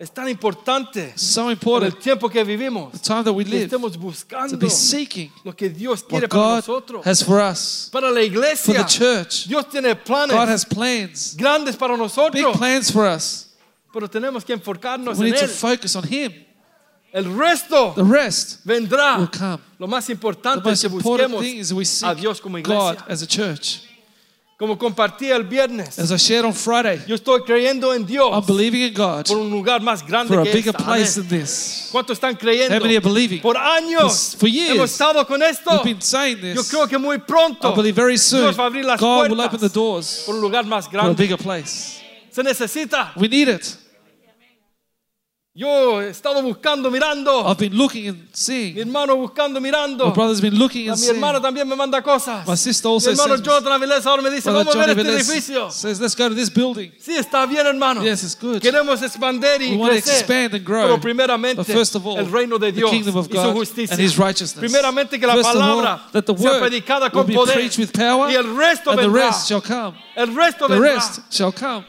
Speaker 2: Es tan importante
Speaker 3: It's so
Speaker 2: por
Speaker 3: important
Speaker 2: el tiempo que vivimos.
Speaker 3: the time that we
Speaker 2: Que
Speaker 3: live
Speaker 2: estemos
Speaker 3: to
Speaker 2: buscando
Speaker 3: be seeking
Speaker 2: lo que Dios quiere
Speaker 3: what
Speaker 2: para
Speaker 3: God
Speaker 2: nosotros,
Speaker 3: has for us,
Speaker 2: para la
Speaker 3: for the
Speaker 2: iglesia.
Speaker 3: church.
Speaker 2: Dios tiene
Speaker 3: God
Speaker 2: planes
Speaker 3: has plans,
Speaker 2: grandes para
Speaker 3: big
Speaker 2: nosotros,
Speaker 3: plans for us.
Speaker 2: pero tenemos que enfocarnos
Speaker 3: We
Speaker 2: en
Speaker 3: need to
Speaker 2: Él.
Speaker 3: focus on Him.
Speaker 2: El resto
Speaker 3: The rest will
Speaker 2: vendrá.
Speaker 3: come.
Speaker 2: Lo más
Speaker 3: The
Speaker 2: importante es
Speaker 3: most
Speaker 2: que
Speaker 3: important
Speaker 2: busquemos
Speaker 3: thing is that we
Speaker 2: a Dios como
Speaker 3: seek God
Speaker 2: iglesia.
Speaker 3: as a church.
Speaker 2: Como compartí el viernes,
Speaker 3: As I shared on Friday,
Speaker 2: yo estoy creyendo en
Speaker 3: I'm
Speaker 2: Dios
Speaker 3: believing in God
Speaker 2: por un lugar más grande
Speaker 3: for a
Speaker 2: que
Speaker 3: bigger
Speaker 2: esta.
Speaker 3: place
Speaker 2: Amén.
Speaker 3: than this.
Speaker 2: ¿Cuántos están creyendo?
Speaker 3: How many are believing?
Speaker 2: Por años,
Speaker 3: For years,
Speaker 2: hemos estado con esto.
Speaker 3: We've been saying
Speaker 2: Yo
Speaker 3: this.
Speaker 2: creo que muy
Speaker 3: I
Speaker 2: pronto
Speaker 3: believe very soon
Speaker 2: Dios va a abrir las
Speaker 3: God will open the
Speaker 2: puertas
Speaker 3: doors
Speaker 2: por un lugar más
Speaker 3: for a
Speaker 2: grande.
Speaker 3: bigger place.
Speaker 2: Se necesita.
Speaker 3: We need it.
Speaker 2: Yo he estado buscando, mirando.
Speaker 3: I've been looking and
Speaker 2: Mi
Speaker 3: seeing.
Speaker 2: hermano buscando,
Speaker 3: My
Speaker 2: mirando.
Speaker 3: brother's been looking
Speaker 2: A
Speaker 3: and
Speaker 2: mi
Speaker 3: seeing.
Speaker 2: hermano
Speaker 3: Brother
Speaker 2: también me manda cosas.
Speaker 3: My sister also
Speaker 2: mi hermano
Speaker 3: sends-
Speaker 2: Jonathan Avilés ahora me dice, vamos a
Speaker 3: Johnny
Speaker 2: ver este edificio. Ah.
Speaker 3: Velez says, let's go to this building.
Speaker 2: Sí, está bien, hermano.
Speaker 3: Yes, it's good.
Speaker 2: Queremos expandir
Speaker 3: We
Speaker 2: y
Speaker 3: want to
Speaker 2: crecer.
Speaker 3: expand and grow.
Speaker 2: Pero primeramente,
Speaker 3: But first of all,
Speaker 2: el reino de
Speaker 3: the
Speaker 2: Dios
Speaker 3: kingdom of
Speaker 2: y su
Speaker 3: God
Speaker 2: justicia.
Speaker 3: and his righteousness.
Speaker 2: Primeramente que la
Speaker 3: First of all,
Speaker 2: palabra
Speaker 3: that the
Speaker 2: sea
Speaker 3: word
Speaker 2: predicada
Speaker 3: will
Speaker 2: con
Speaker 3: be
Speaker 2: poder
Speaker 3: preached with power,
Speaker 2: y el resto
Speaker 3: and the
Speaker 2: vendrá.
Speaker 3: rest shall come.
Speaker 2: el resto
Speaker 3: The
Speaker 2: vendrá.
Speaker 3: rest shall come.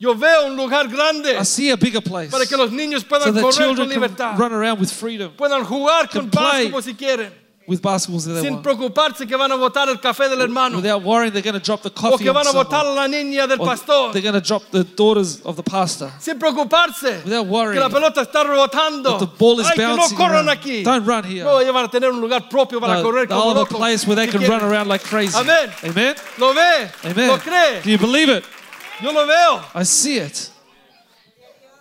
Speaker 2: Yo veo un lugar grande
Speaker 3: I see a bigger place
Speaker 2: para que los niños puedan
Speaker 3: so
Speaker 2: correr
Speaker 3: that
Speaker 2: con
Speaker 3: children
Speaker 2: libertad,
Speaker 3: can run around with freedom,
Speaker 2: puedan jugar con
Speaker 3: can
Speaker 2: paz
Speaker 3: play
Speaker 2: como si quieren,
Speaker 3: with basketballs that they
Speaker 2: sin
Speaker 3: want,
Speaker 2: preocuparse que van a botar el café del hermano
Speaker 3: without worrying they're going to drop the
Speaker 2: o
Speaker 3: coffee
Speaker 2: que
Speaker 3: on
Speaker 2: van a
Speaker 3: someone,
Speaker 2: botar a la niña del
Speaker 3: or
Speaker 2: pastor.
Speaker 3: they're going to drop the daughters of the pastor.
Speaker 2: sin preocuparse
Speaker 3: Without worrying
Speaker 2: que la pelota está rebotando.
Speaker 3: that the ball is
Speaker 2: Ay, que no
Speaker 3: bouncing
Speaker 2: corran
Speaker 3: around.
Speaker 2: aquí.
Speaker 3: Don't run here.
Speaker 2: No, ellos van a tener un lugar propio para
Speaker 3: No,
Speaker 2: correr
Speaker 3: they'll
Speaker 2: como
Speaker 3: have a
Speaker 2: locos.
Speaker 3: place where they
Speaker 2: si
Speaker 3: can
Speaker 2: quieren.
Speaker 3: run around like crazy.
Speaker 2: Amen.
Speaker 3: Amen.
Speaker 2: Lo ve,
Speaker 3: Amen.
Speaker 2: lo cree,
Speaker 3: Do you believe it?
Speaker 2: yo lo veo.
Speaker 3: I see it.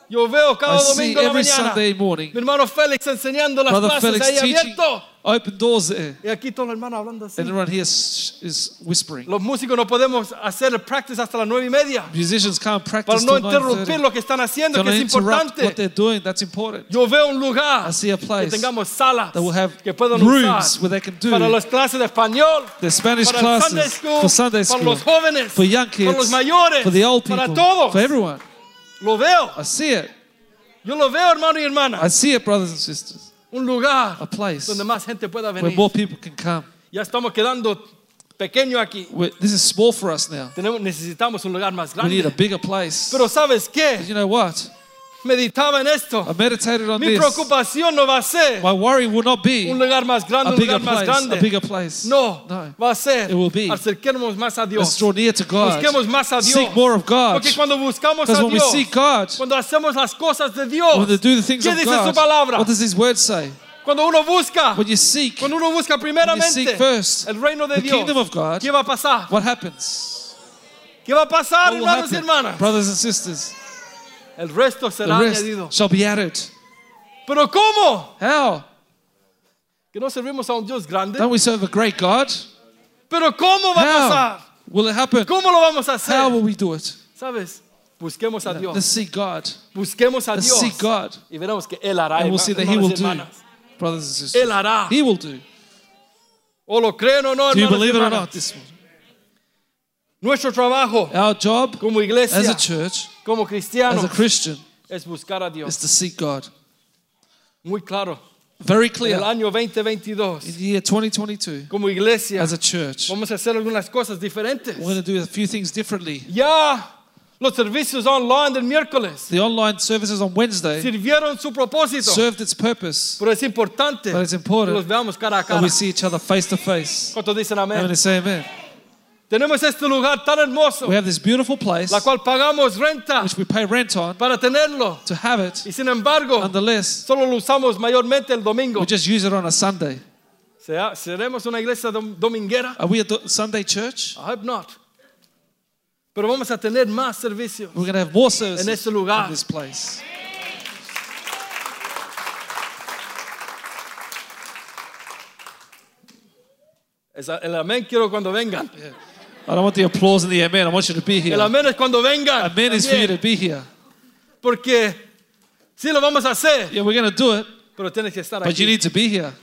Speaker 2: Yo veo cada
Speaker 3: I see
Speaker 2: domingo en la
Speaker 3: every
Speaker 2: mañana.
Speaker 3: Sunday
Speaker 2: Mi
Speaker 3: morning.
Speaker 2: hermano Félix enseñando las
Speaker 3: Brother
Speaker 2: clases
Speaker 3: Felix
Speaker 2: ahí
Speaker 3: teaching.
Speaker 2: abierto.
Speaker 3: Open doors there.
Speaker 2: Y aquí todos los hermanos hablando así.
Speaker 3: And everyone here is is whispering.
Speaker 2: Los músicos no podemos hacer el practice hasta las nueve y media
Speaker 3: Musicians can't
Speaker 2: para
Speaker 3: practice
Speaker 2: no
Speaker 3: till 9:30.
Speaker 2: interrumpir lo que están haciendo,
Speaker 3: Don't
Speaker 2: que es
Speaker 3: interrupt what
Speaker 2: importante.
Speaker 3: they're doing. That's important.
Speaker 2: Yo veo un lugar
Speaker 3: I see a
Speaker 2: que
Speaker 3: place
Speaker 2: tengamos salas
Speaker 3: that will have
Speaker 2: que puedan usar
Speaker 3: rooms where they can do
Speaker 2: para las clases de español,
Speaker 3: the Spanish
Speaker 2: para el Sunday
Speaker 3: classes,
Speaker 2: school,
Speaker 3: for Sunday
Speaker 2: para
Speaker 3: school,
Speaker 2: los jóvenes,
Speaker 3: for young
Speaker 2: para los
Speaker 3: kids,
Speaker 2: mayores,
Speaker 3: for the old
Speaker 2: para
Speaker 3: people,
Speaker 2: todos.
Speaker 3: for everyone.
Speaker 2: Lo veo,
Speaker 3: I see it.
Speaker 2: yo lo veo, hermano y hermana.
Speaker 3: I see it, brothers and sisters.
Speaker 2: Un lugar
Speaker 3: A place
Speaker 2: donde más gente pueda
Speaker 3: where
Speaker 2: venir.
Speaker 3: more people can come.
Speaker 2: Ya estamos quedando pequeño aquí.
Speaker 3: We- This is small for us now.
Speaker 2: Tenemos, necesitamos un lugar más
Speaker 3: We need a
Speaker 2: grande.
Speaker 3: bigger place.
Speaker 2: Pero ¿sabes
Speaker 3: But
Speaker 2: qué?
Speaker 3: you know what?
Speaker 2: Meditaba en esto.
Speaker 3: I meditated on
Speaker 2: Mi
Speaker 3: this.
Speaker 2: preocupación no va a ser
Speaker 3: My worry will not be
Speaker 2: un lugar más grande,
Speaker 3: a
Speaker 2: un
Speaker 3: bigger
Speaker 2: lugar más
Speaker 3: place. A
Speaker 2: grande.
Speaker 3: bigger place.
Speaker 2: No,
Speaker 3: No.
Speaker 2: va a ser
Speaker 3: It will be.
Speaker 2: acerquémonos más a Dios.
Speaker 3: Let's draw near to God.
Speaker 2: Busquemos más a Dios.
Speaker 3: Seek more of God.
Speaker 2: Porque cuando buscamos
Speaker 3: Because
Speaker 2: a
Speaker 3: when we
Speaker 2: Dios,
Speaker 3: seek God,
Speaker 2: cuando hacemos las cosas de Dios,
Speaker 3: when we do the things
Speaker 2: ¿qué
Speaker 3: of
Speaker 2: dice su
Speaker 3: God,
Speaker 2: palabra?
Speaker 3: what does His word say?
Speaker 2: Cuando uno busca,
Speaker 3: When you seek,
Speaker 2: cuando uno busca
Speaker 3: seek
Speaker 2: primeramente
Speaker 3: first
Speaker 2: el reino de
Speaker 3: the
Speaker 2: Dios,
Speaker 3: kingdom of God,
Speaker 2: ¿qué va a pasar?
Speaker 3: what happens?
Speaker 2: ¿Qué va a pasar,
Speaker 3: What will
Speaker 2: hermanos y
Speaker 3: happen?
Speaker 2: hermanas?
Speaker 3: Brothers and sisters,
Speaker 2: El resto
Speaker 3: the
Speaker 2: será añadido.
Speaker 3: rest shall be added.
Speaker 2: Pero ¿cómo?
Speaker 3: How?
Speaker 2: Que no servimos a un Dios grande.
Speaker 3: Don't we serve a great God?
Speaker 2: Pero ¿cómo va a
Speaker 3: How
Speaker 2: pasar?
Speaker 3: will it happen?
Speaker 2: ¿Cómo lo vamos a hacer?
Speaker 3: How will we do it?
Speaker 2: ¿Sabes? Busquemos a
Speaker 3: Let's
Speaker 2: Dios.
Speaker 3: seek God.
Speaker 2: Busquemos a
Speaker 3: Let's
Speaker 2: Dios.
Speaker 3: seek God.
Speaker 2: Y veremos que Él hará,
Speaker 3: And we'll
Speaker 2: herma-
Speaker 3: see that He will
Speaker 2: hermanos y
Speaker 3: do.
Speaker 2: hermanas.
Speaker 3: Brothers and sisters,
Speaker 2: Él hará.
Speaker 3: He will do.
Speaker 2: O lo creen o no,
Speaker 3: Do you
Speaker 2: hermanos y
Speaker 3: believe it or
Speaker 2: hermanas.
Speaker 3: not? This morning?
Speaker 2: Nuestro trabajo
Speaker 3: Our job
Speaker 2: como Ah, iglesia,
Speaker 3: as a church,
Speaker 2: como
Speaker 3: as
Speaker 2: cristianos,
Speaker 3: a Christian,
Speaker 2: es buscar a
Speaker 3: is
Speaker 2: Dios.
Speaker 3: to seek God.
Speaker 2: Muy claro.
Speaker 3: Very
Speaker 2: En
Speaker 3: clear.
Speaker 2: el
Speaker 3: In
Speaker 2: año 2022,
Speaker 3: the year 2022,
Speaker 2: como iglesia,
Speaker 3: as a church,
Speaker 2: vamos a hacer algunas cosas diferentes.
Speaker 3: we're going to do a few things differently.
Speaker 2: Ya los servicios online del miércoles
Speaker 3: The online services on Wednesday
Speaker 2: sirvieron su propósito,
Speaker 3: served its purpose
Speaker 2: pero es importante
Speaker 3: But it's important
Speaker 2: que los veamos cara a
Speaker 3: that
Speaker 2: cara.
Speaker 3: we see each other face to face.
Speaker 2: ¿Cuántos dicen
Speaker 3: Having
Speaker 2: amén?
Speaker 3: to say amen.
Speaker 2: Tenemos este lugar tan hermoso,
Speaker 3: We have this beautiful place
Speaker 2: la cual pagamos renta
Speaker 3: which we pay rent on
Speaker 2: para tenerlo.
Speaker 3: to have it.
Speaker 2: Y sin embargo,
Speaker 3: Nonetheless,
Speaker 2: solo lo usamos mayormente el domingo.
Speaker 3: we just use it on a Sunday.
Speaker 2: ¿Será- ¿Seremos una iglesia dom- dominguera?
Speaker 3: Are we a do- Sunday church?
Speaker 2: I hope not. Pero vamos a tener más servicios.
Speaker 3: We're going to have more services
Speaker 2: En este lugar.
Speaker 3: in this place.
Speaker 2: Es a- El amén quiero cuando vengan.
Speaker 3: I don't want the applause and the amen. I want you to be
Speaker 2: El
Speaker 3: here.
Speaker 2: amén es cuando vengan.
Speaker 3: Amen is for
Speaker 2: También.
Speaker 3: you to be here.
Speaker 2: Porque sí lo vamos a hacer,
Speaker 3: Yeah, we're going to do it,
Speaker 2: pero tienes que estar
Speaker 3: but you
Speaker 2: aquí.
Speaker 3: need to be here.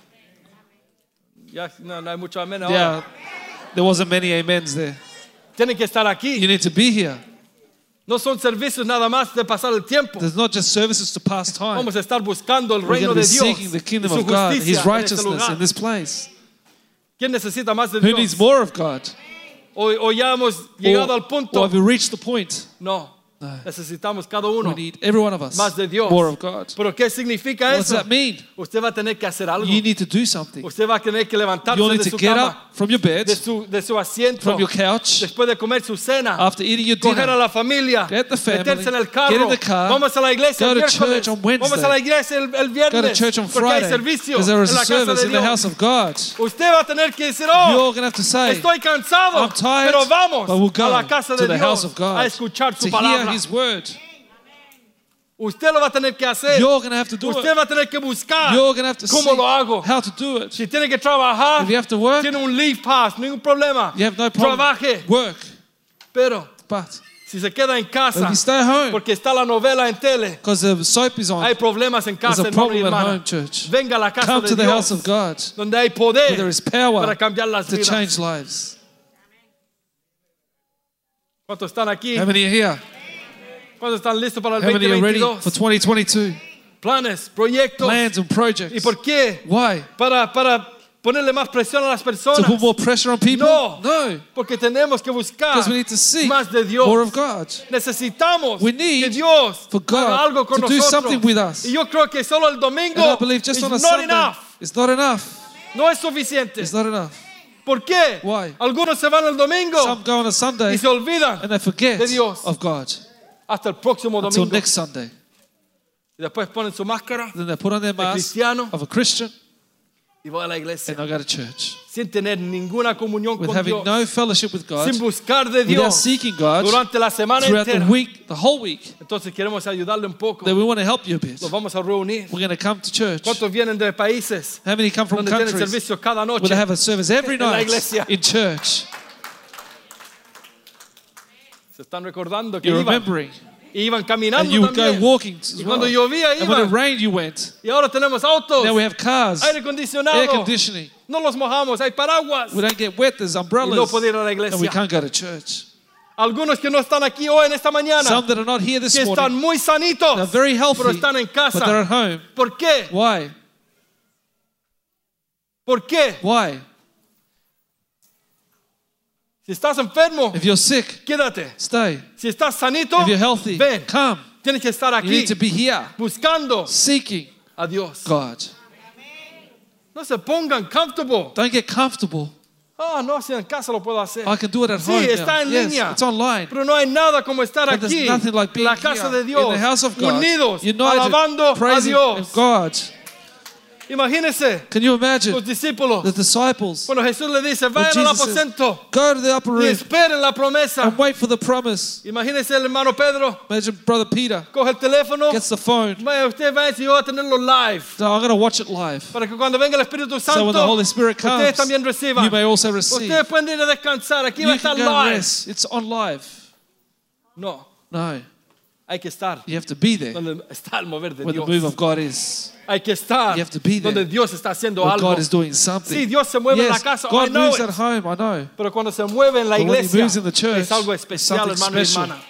Speaker 2: Ya no, no hay mucho amén ahora.
Speaker 3: Yeah, there wasn't many amens there.
Speaker 2: Tienen que estar aquí.
Speaker 3: You need to be here.
Speaker 2: No son servicios nada más de pasar el tiempo.
Speaker 3: There's not just services to pass time.
Speaker 2: Vamos a estar buscando el
Speaker 3: We're
Speaker 2: reino
Speaker 3: going to
Speaker 2: de
Speaker 3: be
Speaker 2: Dios
Speaker 3: seeking the
Speaker 2: y
Speaker 3: kingdom
Speaker 2: su
Speaker 3: of God,
Speaker 2: justicia
Speaker 3: His
Speaker 2: en este
Speaker 3: righteousness in
Speaker 2: lugar.
Speaker 3: this place.
Speaker 2: ¿Quién necesita más de
Speaker 3: Who needs
Speaker 2: Dios?
Speaker 3: more of God?
Speaker 2: O, o ya hemos
Speaker 3: Or,
Speaker 2: llegado al
Speaker 3: or
Speaker 2: punto.
Speaker 3: have we reached the point?
Speaker 2: No. Necesitamos cada uno
Speaker 3: Ah. We need every one of us
Speaker 2: más de Dios.
Speaker 3: more of God.
Speaker 2: ¿Pero qué significa
Speaker 3: What does
Speaker 2: eso?
Speaker 3: that mean?
Speaker 2: Usted va a tener que hacer algo.
Speaker 3: You need to do something.
Speaker 2: Usted va a tener que levantarse
Speaker 3: You'll need
Speaker 2: de
Speaker 3: to
Speaker 2: su
Speaker 3: get
Speaker 2: cama,
Speaker 3: up from your bed,
Speaker 2: de su, de su asiento,
Speaker 3: from your couch,
Speaker 2: después de comer su cena,
Speaker 3: after eating your
Speaker 2: coger a
Speaker 3: dinner.
Speaker 2: la familia,
Speaker 3: Get the family,
Speaker 2: meterse en el
Speaker 3: get
Speaker 2: carro,
Speaker 3: in the car,
Speaker 2: vamos a la iglesia
Speaker 3: go
Speaker 2: el
Speaker 3: to
Speaker 2: miércoles,
Speaker 3: church on Wednesday,
Speaker 2: vamos a la iglesia el, el
Speaker 3: Go to
Speaker 2: viernes,
Speaker 3: church on
Speaker 2: porque hay
Speaker 3: Friday
Speaker 2: servicio
Speaker 3: because there is
Speaker 2: en
Speaker 3: a
Speaker 2: la casa
Speaker 3: service
Speaker 2: de
Speaker 3: in the house
Speaker 2: Dios.
Speaker 3: of God.
Speaker 2: Usted va a tener que decir, oh,
Speaker 3: You're going to have to say,
Speaker 2: estoy cansado,
Speaker 3: I'm tired,
Speaker 2: pero vamos
Speaker 3: but we'll
Speaker 2: a
Speaker 3: go
Speaker 2: la casa
Speaker 3: to
Speaker 2: de
Speaker 3: the house
Speaker 2: Dios
Speaker 3: of
Speaker 2: a
Speaker 3: God
Speaker 2: escuchar
Speaker 3: to
Speaker 2: su
Speaker 3: hear
Speaker 2: palabra.
Speaker 3: His word.
Speaker 2: Usted lo va a tener que hacer.
Speaker 3: You're going to have to do
Speaker 2: Usted
Speaker 3: it.
Speaker 2: va a tener que buscar
Speaker 3: You're going to have to
Speaker 2: cómo lo hago.
Speaker 3: see how to do it.
Speaker 2: Si tiene que trabajar,
Speaker 3: If you have to work,
Speaker 2: tiene un leave pass, ningún problema.
Speaker 3: you have no problem.
Speaker 2: Trabaje.
Speaker 3: Work.
Speaker 2: Pero
Speaker 3: But
Speaker 2: si se queda en
Speaker 3: if
Speaker 2: casa,
Speaker 3: you stay home
Speaker 2: porque está la novela en tele,
Speaker 3: because the soap is on,
Speaker 2: hay problemas en
Speaker 3: there's
Speaker 2: casa,
Speaker 3: a
Speaker 2: hermano y
Speaker 3: problem at
Speaker 2: hermana.
Speaker 3: home, church.
Speaker 2: Venga a la casa
Speaker 3: Come
Speaker 2: de
Speaker 3: to the house
Speaker 2: Dios,
Speaker 3: of God
Speaker 2: donde hay
Speaker 3: where there
Speaker 2: poder
Speaker 3: is power
Speaker 2: para cambiar las
Speaker 3: to
Speaker 2: vidas.
Speaker 3: change lives.
Speaker 2: ¿Cuántos están aquí?
Speaker 3: How many are here?
Speaker 2: ¿Cuántos están listos para el
Speaker 3: How many are ready for
Speaker 2: 2022?
Speaker 3: 2022?
Speaker 2: Planes, proyectos.
Speaker 3: Plans and
Speaker 2: ¿Y
Speaker 3: projects.
Speaker 2: por qué?
Speaker 3: Why?
Speaker 2: Para, para ponerle más presión a las
Speaker 3: To
Speaker 2: personas.
Speaker 3: put more pressure on people?
Speaker 2: No.
Speaker 3: No.
Speaker 2: Porque tenemos que buscar
Speaker 3: Because we need to seek
Speaker 2: más de Dios.
Speaker 3: more of God.
Speaker 2: Necesitamos
Speaker 3: We need
Speaker 2: que Dios
Speaker 3: for God
Speaker 2: haga algo con
Speaker 3: to do
Speaker 2: nosotros.
Speaker 3: something with us.
Speaker 2: Y yo creo que solo el domingo
Speaker 3: And I believe just
Speaker 2: is
Speaker 3: on a
Speaker 2: not
Speaker 3: Sunday,
Speaker 2: enough.
Speaker 3: it's not enough.
Speaker 2: No es suficiente.
Speaker 3: It's not enough.
Speaker 2: ¿Por qué?
Speaker 3: Why?
Speaker 2: Algunos se van el domingo
Speaker 3: Some go on a Sunday
Speaker 2: y se olvidan
Speaker 3: and they forget
Speaker 2: de Dios.
Speaker 3: of God
Speaker 2: hasta el próximo
Speaker 3: until
Speaker 2: domingo.
Speaker 3: next Sunday.
Speaker 2: Y después ponen su máscara
Speaker 3: Then they put on their mask
Speaker 2: cristiano.
Speaker 3: of a Christian
Speaker 2: y van a la
Speaker 3: and
Speaker 2: iglesia
Speaker 3: they go to church.
Speaker 2: sin tener ninguna comunión
Speaker 3: With
Speaker 2: con
Speaker 3: having
Speaker 2: Dios,
Speaker 3: no fellowship with God,
Speaker 2: sin buscar de
Speaker 3: without
Speaker 2: Dios
Speaker 3: seeking God
Speaker 2: durante la semana
Speaker 3: throughout the
Speaker 2: entera.
Speaker 3: week, the whole week,
Speaker 2: Entonces queremos ayudarle un poco.
Speaker 3: then we want to help you a bit.
Speaker 2: Nos vamos a reunir.
Speaker 3: We're going to come to church.
Speaker 2: ¿Cuántos vienen de países
Speaker 3: How many come from
Speaker 2: donde tienen
Speaker 3: countries
Speaker 2: servicio cada
Speaker 3: where they
Speaker 2: noche?
Speaker 3: have a service every
Speaker 2: En la
Speaker 3: night
Speaker 2: iglesia.
Speaker 3: in church?
Speaker 2: Se están recordando que
Speaker 3: You're
Speaker 2: iban,
Speaker 3: remembering.
Speaker 2: y iban
Speaker 3: And
Speaker 2: caminando
Speaker 3: you would go
Speaker 2: también.
Speaker 3: walking as
Speaker 2: Y
Speaker 3: well.
Speaker 2: cuando llovía
Speaker 3: And when it
Speaker 2: iban.
Speaker 3: rained, you went.
Speaker 2: Y ahora tenemos autos,
Speaker 3: Now we have cars,
Speaker 2: aire
Speaker 3: air
Speaker 2: acondicionado.
Speaker 3: conditioning.
Speaker 2: No los mojamos, hay paraguas.
Speaker 3: We don't get wet, there's
Speaker 2: Y no
Speaker 3: umbrellas.
Speaker 2: puedo ir a la
Speaker 3: And we
Speaker 2: iglesia.
Speaker 3: can't go to church.
Speaker 2: Algunos que no están aquí hoy en esta mañana,
Speaker 3: Some that are not here
Speaker 2: que
Speaker 3: this
Speaker 2: están
Speaker 3: morning,
Speaker 2: muy
Speaker 3: they're
Speaker 2: sanitos,
Speaker 3: very healthy,
Speaker 2: pero están en
Speaker 3: but they're at
Speaker 2: casa.
Speaker 3: home.
Speaker 2: ¿Por qué?
Speaker 3: Why?
Speaker 2: ¿Por qué?
Speaker 3: Why?
Speaker 2: Si estás enfermo,
Speaker 3: If you're sick,
Speaker 2: quédate.
Speaker 3: stay.
Speaker 2: Si estás sanito,
Speaker 3: If you're healthy,
Speaker 2: ven.
Speaker 3: come.
Speaker 2: Tienes que estar
Speaker 3: You
Speaker 2: aquí
Speaker 3: need to be here,
Speaker 2: buscando
Speaker 3: seeking
Speaker 2: a Dios.
Speaker 3: God.
Speaker 2: No se pongan comfortable.
Speaker 3: Don't get comfortable.
Speaker 2: Ah, no, si en casa lo puedo hacer.
Speaker 3: I can do it at
Speaker 2: Sí,
Speaker 3: home.
Speaker 2: está
Speaker 3: now.
Speaker 2: en
Speaker 3: yes,
Speaker 2: línea.
Speaker 3: It's online.
Speaker 2: Pero no hay nada como estar
Speaker 3: But there's
Speaker 2: aquí,
Speaker 3: nothing like
Speaker 2: en
Speaker 3: being
Speaker 2: la casa
Speaker 3: here
Speaker 2: de Dios,
Speaker 3: in the house of God,
Speaker 2: unidos,
Speaker 3: united,
Speaker 2: alabando a
Speaker 3: praising
Speaker 2: Dios.
Speaker 3: God.
Speaker 2: Imagínense
Speaker 3: Can you imagine
Speaker 2: los discípulos
Speaker 3: the disciples?
Speaker 2: cuando Jesús le dice, vayan al
Speaker 3: Jesus says,
Speaker 2: aposento
Speaker 3: Go to the upper
Speaker 2: y
Speaker 3: room
Speaker 2: esperen la promesa.
Speaker 3: and wait for the promise.
Speaker 2: Imagínense el hermano Pedro
Speaker 3: Imagine brother Peter
Speaker 2: coge el teléfono,
Speaker 3: gets the phone.
Speaker 2: "Vaya, usted va a decir, yo voy a tenerlo live.
Speaker 3: No, I'm going to watch it live.
Speaker 2: Para que cuando venga el Espíritu
Speaker 3: So
Speaker 2: Santo,
Speaker 3: when the Holy Spirit
Speaker 2: ustedes
Speaker 3: comes,
Speaker 2: también reciban.
Speaker 3: you may also receive.
Speaker 2: Ustedes pueden ir a descansar, aquí va a
Speaker 3: You
Speaker 2: estar
Speaker 3: can go and
Speaker 2: live.
Speaker 3: rest. It's on live.
Speaker 2: No,
Speaker 3: No,
Speaker 2: hay que estar
Speaker 3: you have to be there
Speaker 2: donde está el mover de
Speaker 3: where the move
Speaker 2: Dios.
Speaker 3: of God is.
Speaker 2: Hay que estar
Speaker 3: You have to be there.
Speaker 2: donde Dios está haciendo
Speaker 3: Where
Speaker 2: algo.
Speaker 3: God is doing something.
Speaker 2: Sí, Dios se mueve en la
Speaker 3: yes,
Speaker 2: casa, I
Speaker 3: God
Speaker 2: know
Speaker 3: moves
Speaker 2: it.
Speaker 3: at home, I know.
Speaker 2: Pero cuando se mueve en la
Speaker 3: But when he
Speaker 2: iglesia,
Speaker 3: moves in the church,
Speaker 2: es algo
Speaker 3: it's
Speaker 2: especial,
Speaker 3: something
Speaker 2: hermano y
Speaker 3: special.
Speaker 2: hermana.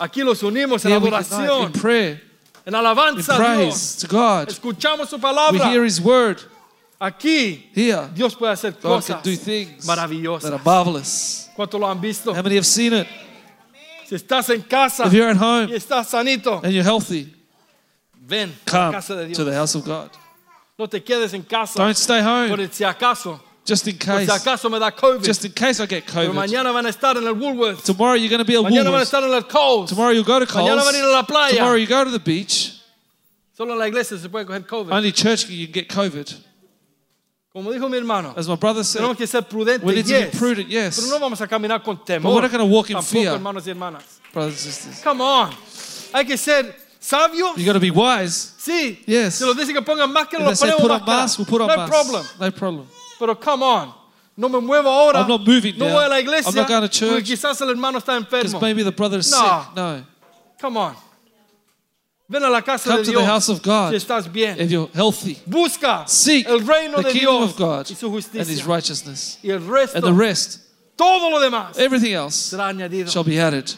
Speaker 2: Aquí los unimos en
Speaker 3: Here we unite in
Speaker 2: adoración,
Speaker 3: prayer,
Speaker 2: en
Speaker 3: in
Speaker 2: alabanza a Dios.
Speaker 3: praise to God.
Speaker 2: Escuchamos su
Speaker 3: We
Speaker 2: palabra.
Speaker 3: hear His word
Speaker 2: Aquí
Speaker 3: here.
Speaker 2: Dios puede hacer
Speaker 3: God
Speaker 2: cosas
Speaker 3: can do things that
Speaker 2: maravillosas.
Speaker 3: are marvelous.
Speaker 2: ¿Cuánto lo han visto?
Speaker 3: How many have seen it?
Speaker 2: Si estás en casa
Speaker 3: If you're at
Speaker 2: y
Speaker 3: home
Speaker 2: estás sanito,
Speaker 3: and you're healthy,
Speaker 2: ven a la
Speaker 3: come
Speaker 2: casa de
Speaker 3: to
Speaker 2: Dios.
Speaker 3: the house of God.
Speaker 2: No te quedes en casa
Speaker 3: Don't stay
Speaker 2: por
Speaker 3: home
Speaker 2: el si acaso.
Speaker 3: just in
Speaker 2: Por si
Speaker 3: case.
Speaker 2: acaso me da COVID.
Speaker 3: Just in case I get
Speaker 2: Pero
Speaker 3: COVID.
Speaker 2: mañana van a estar en el Woolworth.
Speaker 3: Tomorrow you're going to be at
Speaker 2: Mañana van a
Speaker 3: Woolworths.
Speaker 2: estar en el Coles.
Speaker 3: Tomorrow you'll go to
Speaker 2: Mañana van a ir a
Speaker 3: Coles.
Speaker 2: la playa.
Speaker 3: Tomorrow you go to the beach.
Speaker 2: Solo en la iglesia se puede coger COVID.
Speaker 3: Only church you can get COVID.
Speaker 2: Como dijo mi hermano,
Speaker 3: As my brother said,
Speaker 2: tenemos que ser prudentes.
Speaker 3: we need to
Speaker 2: yes.
Speaker 3: be prudent, yes.
Speaker 2: Pero no vamos a caminar con temor.
Speaker 3: But we're not gonna walk in
Speaker 2: Tampoco,
Speaker 3: fear.
Speaker 2: hermanos y hermanas.
Speaker 3: brothers and sisters.
Speaker 2: Come on. Hay que ser sabios.
Speaker 3: You got to be wise.
Speaker 2: Sí.
Speaker 3: Yes.
Speaker 2: Se los dice que pongan máscara,
Speaker 3: If they
Speaker 2: los
Speaker 3: say
Speaker 2: ponemos
Speaker 3: put on
Speaker 2: máscara.
Speaker 3: masks, we'll put on
Speaker 2: no hay
Speaker 3: masks.
Speaker 2: problem.
Speaker 3: No problem.
Speaker 2: Pero come on. No me muevo ahora.
Speaker 3: I'm not moving
Speaker 2: no
Speaker 3: now.
Speaker 2: voy a la iglesia.
Speaker 3: I'm not going to church.
Speaker 2: Porque quizás el hermano está enfermo.
Speaker 3: Because maybe the brother is
Speaker 2: No.
Speaker 3: sick. No.
Speaker 2: Come on. Ven a la casa
Speaker 3: Come
Speaker 2: de
Speaker 3: to
Speaker 2: Dios
Speaker 3: the house of
Speaker 2: si
Speaker 3: God
Speaker 2: estás bien.
Speaker 3: if you're healthy.
Speaker 2: Busca
Speaker 3: Seek
Speaker 2: el reino
Speaker 3: the
Speaker 2: de
Speaker 3: kingdom
Speaker 2: Dios
Speaker 3: of God
Speaker 2: y su
Speaker 3: and his
Speaker 2: justicia.
Speaker 3: righteousness.
Speaker 2: y el resto,
Speaker 3: And the rest,
Speaker 2: todo lo demás,
Speaker 3: everything else,
Speaker 2: será añadido.
Speaker 3: shall be added.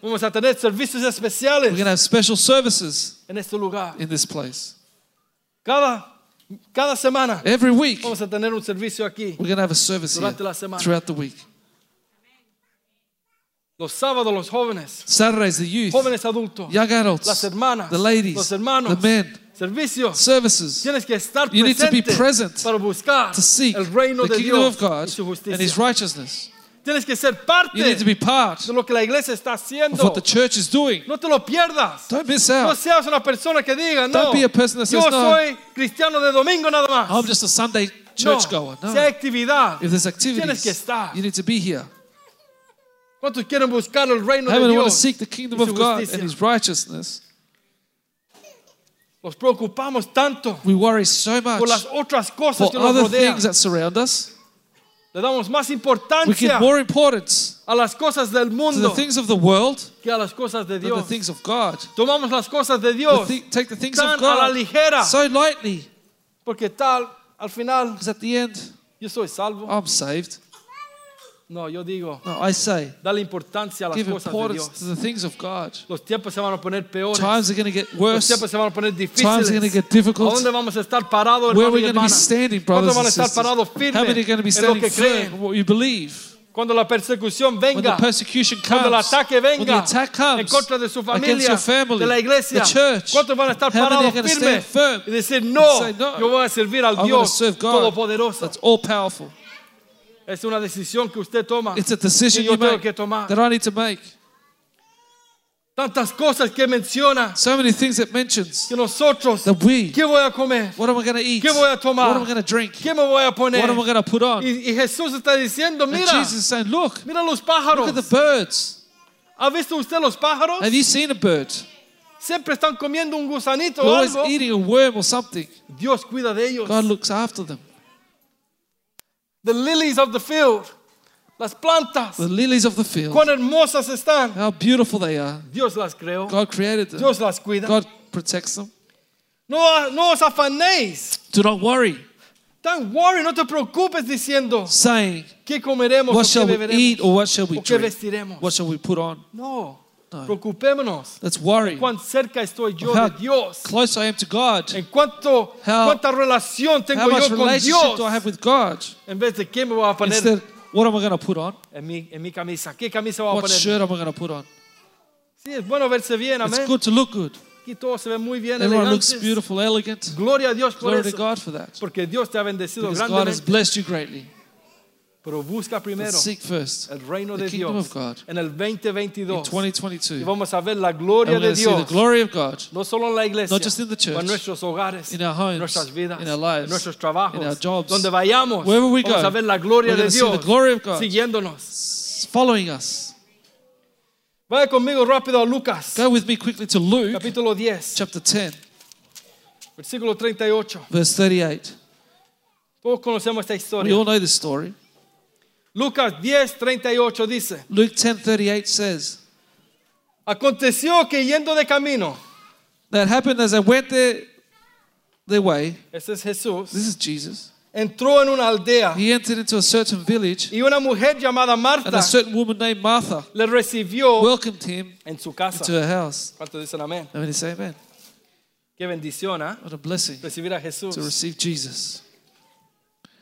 Speaker 2: Vamos a tener servicios
Speaker 3: We're
Speaker 2: especiales
Speaker 3: going to have special services
Speaker 2: en este lugar.
Speaker 3: in this place.
Speaker 2: Cada, cada semana
Speaker 3: Every week, we're
Speaker 2: vamos a tener un servicio aquí.
Speaker 3: going to have a service here
Speaker 2: Durante la semana.
Speaker 3: throughout the week.
Speaker 2: Los sábados los jóvenes,
Speaker 3: Saturdays, the youth,
Speaker 2: jóvenes adultos,
Speaker 3: young
Speaker 2: las
Speaker 3: adults,
Speaker 2: hermanas,
Speaker 3: the ladies,
Speaker 2: los hermanos,
Speaker 3: the men,
Speaker 2: servicios.
Speaker 3: services.
Speaker 2: Tienes que estar
Speaker 3: You need to be
Speaker 2: presente
Speaker 3: present
Speaker 2: para buscar
Speaker 3: to seek
Speaker 2: el reino
Speaker 3: the
Speaker 2: de
Speaker 3: kingdom
Speaker 2: Dios
Speaker 3: of God
Speaker 2: y su
Speaker 3: and His
Speaker 2: justicia.
Speaker 3: righteousness.
Speaker 2: Tienes que ser parte
Speaker 3: You need to be part
Speaker 2: de lo que la iglesia está
Speaker 3: of what
Speaker 2: haciendo.
Speaker 3: the church is doing.
Speaker 2: No te lo pierdas.
Speaker 3: Don't miss
Speaker 2: No
Speaker 3: out.
Speaker 2: seas una persona que diga, no,
Speaker 3: Don't be a person that says,
Speaker 2: yo
Speaker 3: "No,
Speaker 2: soy cristiano de domingo nada más.
Speaker 3: I'm just a Sunday
Speaker 2: no,
Speaker 3: churchgoer.
Speaker 2: si hay
Speaker 3: No.
Speaker 2: actividad,
Speaker 3: If there's
Speaker 2: tienes que
Speaker 3: activities,
Speaker 2: estar.
Speaker 3: you need to be here.
Speaker 2: ¿Cuántos quieren buscar el reino de
Speaker 3: Heaven want to
Speaker 2: Dios?
Speaker 3: seek the kingdom
Speaker 2: y su
Speaker 3: of God
Speaker 2: justicia.
Speaker 3: and His righteousness.
Speaker 2: Nos preocupamos tanto
Speaker 3: We worry so much
Speaker 2: por las otras cosas
Speaker 3: for
Speaker 2: que nos
Speaker 3: other
Speaker 2: rodean.
Speaker 3: things that surround us.
Speaker 2: Le damos más
Speaker 3: We give
Speaker 2: importancia
Speaker 3: more importance
Speaker 2: a las cosas del
Speaker 3: to the
Speaker 2: mundo
Speaker 3: things of the world
Speaker 2: que a las cosas de
Speaker 3: than the
Speaker 2: Dios.
Speaker 3: things of God.
Speaker 2: Tomamos las cosas de
Speaker 3: The
Speaker 2: Dios
Speaker 3: thi- take the things
Speaker 2: tan
Speaker 3: of
Speaker 2: a la
Speaker 3: God
Speaker 2: ligera
Speaker 3: so lightly
Speaker 2: porque tal, al final,
Speaker 3: because at the end,
Speaker 2: yo soy salvo.
Speaker 3: I'm saved.
Speaker 2: No, yo digo,
Speaker 3: No, I say,
Speaker 2: dale importancia a las
Speaker 3: give
Speaker 2: cosas de
Speaker 3: importance to
Speaker 2: Dios.
Speaker 3: the things of God.
Speaker 2: Los tiempos se van a poner peores.
Speaker 3: Times are going to get
Speaker 2: Los
Speaker 3: worse.
Speaker 2: tiempos se van a poner
Speaker 3: Times are going to
Speaker 2: difíciles.
Speaker 3: get difficult.
Speaker 2: ¿A dónde vamos a estar parados,
Speaker 3: Where are
Speaker 2: hermanos
Speaker 3: we
Speaker 2: y
Speaker 3: going to be
Speaker 2: hermanas?
Speaker 3: standing,
Speaker 2: ¿Cuántos
Speaker 3: brothers
Speaker 2: van
Speaker 3: and
Speaker 2: a estar
Speaker 3: sisters?
Speaker 2: parados
Speaker 3: How many
Speaker 2: firmes
Speaker 3: are going to be
Speaker 2: en lo
Speaker 3: standing
Speaker 2: que
Speaker 3: firm
Speaker 2: creen?
Speaker 3: in what you believe?
Speaker 2: Cuando la persecución
Speaker 3: When the
Speaker 2: venga,
Speaker 3: persecution comes,
Speaker 2: cuando el ataque
Speaker 3: when the
Speaker 2: venga
Speaker 3: attack
Speaker 2: en
Speaker 3: comes
Speaker 2: contra de su
Speaker 3: against
Speaker 2: familia,
Speaker 3: your family,
Speaker 2: de la iglesia,
Speaker 3: the church,
Speaker 2: ¿cuántos van a estar
Speaker 3: how many are
Speaker 2: parados
Speaker 3: going to stand
Speaker 2: firmes
Speaker 3: firm?
Speaker 2: y decir, no,
Speaker 3: say, "No,
Speaker 2: yo voy a servir al
Speaker 3: I'm going to
Speaker 2: Dios
Speaker 3: serve God.
Speaker 2: Todopoderoso?
Speaker 3: That's all powerful.
Speaker 2: Es una decisión que usted toma.
Speaker 3: It's a decision
Speaker 2: que yo
Speaker 3: you
Speaker 2: tengo
Speaker 3: make
Speaker 2: que tomar.
Speaker 3: that I need to make.
Speaker 2: Tantas cosas que menciona
Speaker 3: So many things it mentions
Speaker 2: que nosotros,
Speaker 3: that we,
Speaker 2: ¿qué voy a comer?
Speaker 3: what am I going to eat?
Speaker 2: ¿Qué voy a tomar?
Speaker 3: What am I going to drink?
Speaker 2: ¿Qué me voy a
Speaker 3: What am I
Speaker 2: poner?
Speaker 3: going to put on?
Speaker 2: Y, y Jesús está diciendo,
Speaker 3: And
Speaker 2: mira,
Speaker 3: Jesus is saying, look,
Speaker 2: mira los
Speaker 3: look
Speaker 2: pájaros.
Speaker 3: at the birds.
Speaker 2: ¿Ha visto usted los pájaros?
Speaker 3: Have you seen a bird?
Speaker 2: Siempre están comiendo un gusanito
Speaker 3: They're
Speaker 2: o
Speaker 3: always
Speaker 2: algo.
Speaker 3: eating a worm or something.
Speaker 2: Dios cuida de ellos.
Speaker 3: God looks after them.
Speaker 2: The lilies of the field. Las plantas.
Speaker 3: The lilies of the field,
Speaker 2: Cuán hermosas están.
Speaker 3: how beautiful they are.
Speaker 2: Dios las creó.
Speaker 3: God created them.
Speaker 2: Dios las cuida.
Speaker 3: God protects them.
Speaker 2: No, ah, no os afanéis.
Speaker 3: Do not worry,
Speaker 2: Don't worry, no te preocupes diciendo
Speaker 3: saying,
Speaker 2: qué comeremos
Speaker 3: What
Speaker 2: o
Speaker 3: shall
Speaker 2: qué
Speaker 3: we eat
Speaker 2: beberemos.
Speaker 3: or what shall we
Speaker 2: o qué
Speaker 3: drink?
Speaker 2: vestiremos.
Speaker 3: What shall we put on?
Speaker 2: No,
Speaker 3: No.
Speaker 2: Preocupémonos.
Speaker 3: Let's worry.
Speaker 2: Cuán cerca estoy yo
Speaker 3: How
Speaker 2: de Dios.
Speaker 3: close I am to God.
Speaker 2: En cuanto,
Speaker 3: How-
Speaker 2: cuánta relación tengo
Speaker 3: How much
Speaker 2: yo con
Speaker 3: relationship
Speaker 2: Dios.
Speaker 3: do I have with God?
Speaker 2: En vez de qué me voy a poner
Speaker 3: Instead, what am I going to put on?
Speaker 2: en mi, en mi camisa. ¿Qué camisa voy a
Speaker 3: What
Speaker 2: poner?
Speaker 3: shirt am I going to put on?
Speaker 2: Sí, es bueno verse bien,
Speaker 3: It's
Speaker 2: amén.
Speaker 3: good to look good.
Speaker 2: Aquí todo se ve muy bien,
Speaker 3: Everyone looks
Speaker 2: elegantes.
Speaker 3: beautiful, elegant.
Speaker 2: Gloria a Dios por
Speaker 3: Glory to
Speaker 2: eso.
Speaker 3: God for that.
Speaker 2: Porque Dios te ha bendecido
Speaker 3: Because God has
Speaker 2: grandemente.
Speaker 3: blessed you greatly.
Speaker 2: Pero busca
Speaker 3: But
Speaker 2: primero
Speaker 3: seek first
Speaker 2: el reino
Speaker 3: the
Speaker 2: de
Speaker 3: kingdom
Speaker 2: Dios
Speaker 3: of God
Speaker 2: en el
Speaker 3: in
Speaker 2: 2022. Y
Speaker 3: 2022.
Speaker 2: vamos a ver la
Speaker 3: And
Speaker 2: gloria
Speaker 3: we're
Speaker 2: de
Speaker 3: going to see the
Speaker 2: Dios.
Speaker 3: glory of God
Speaker 2: No solo en la iglesia,
Speaker 3: Not just in the church,
Speaker 2: pero en nuestros hogares,
Speaker 3: in our homes,
Speaker 2: en nuestras vidas,
Speaker 3: in our lives,
Speaker 2: en nuestros trabajos,
Speaker 3: in our jobs.
Speaker 2: donde vayamos,
Speaker 3: Wherever we
Speaker 2: vamos
Speaker 3: go,
Speaker 2: a ver la gloria
Speaker 3: we're
Speaker 2: de
Speaker 3: gonna see
Speaker 2: Dios
Speaker 3: the glory of God.
Speaker 2: siguiéndonos.
Speaker 3: s- following us.
Speaker 2: Vaya conmigo rápido a Lucas,
Speaker 3: Go with me quickly to Luke
Speaker 2: capítulo 10,
Speaker 3: chapter 10,
Speaker 2: versículo 38.
Speaker 3: verse 38.
Speaker 2: Todos conocemos esta
Speaker 3: We
Speaker 2: historia.
Speaker 3: all know this story.
Speaker 2: Lucas 10, 38 dice,
Speaker 3: Luke 10 38 says,
Speaker 2: Aconteció que yendo de camino,
Speaker 3: Now it happened as they went their, their way.
Speaker 2: ese es Jesús,
Speaker 3: This is Jesus.
Speaker 2: entró en una aldea
Speaker 3: He entered into a certain village,
Speaker 2: y una mujer llamada
Speaker 3: and a
Speaker 2: Marta
Speaker 3: certain woman named Martha
Speaker 2: le recibió
Speaker 3: welcomed him
Speaker 2: en su
Speaker 3: into
Speaker 2: casa.
Speaker 3: her house.
Speaker 2: ¿Cuántos dicen amén?
Speaker 3: And when he said, Amen,
Speaker 2: Qué bendición, ¿ah?
Speaker 3: what a blessing
Speaker 2: Recibir a
Speaker 3: to
Speaker 2: Jesús.
Speaker 3: receive Jesus.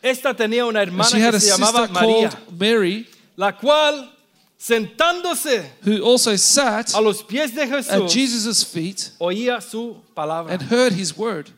Speaker 2: Esta tenía una
Speaker 3: And
Speaker 2: hermana
Speaker 3: she had
Speaker 2: que
Speaker 3: a
Speaker 2: se
Speaker 3: sister
Speaker 2: llamaba María,
Speaker 3: called Mary
Speaker 2: la cual sentándose
Speaker 3: who also sat
Speaker 2: a los pies de
Speaker 3: at
Speaker 2: Jesús
Speaker 3: Jesus' feet
Speaker 2: oía su palabra.
Speaker 3: and heard his word.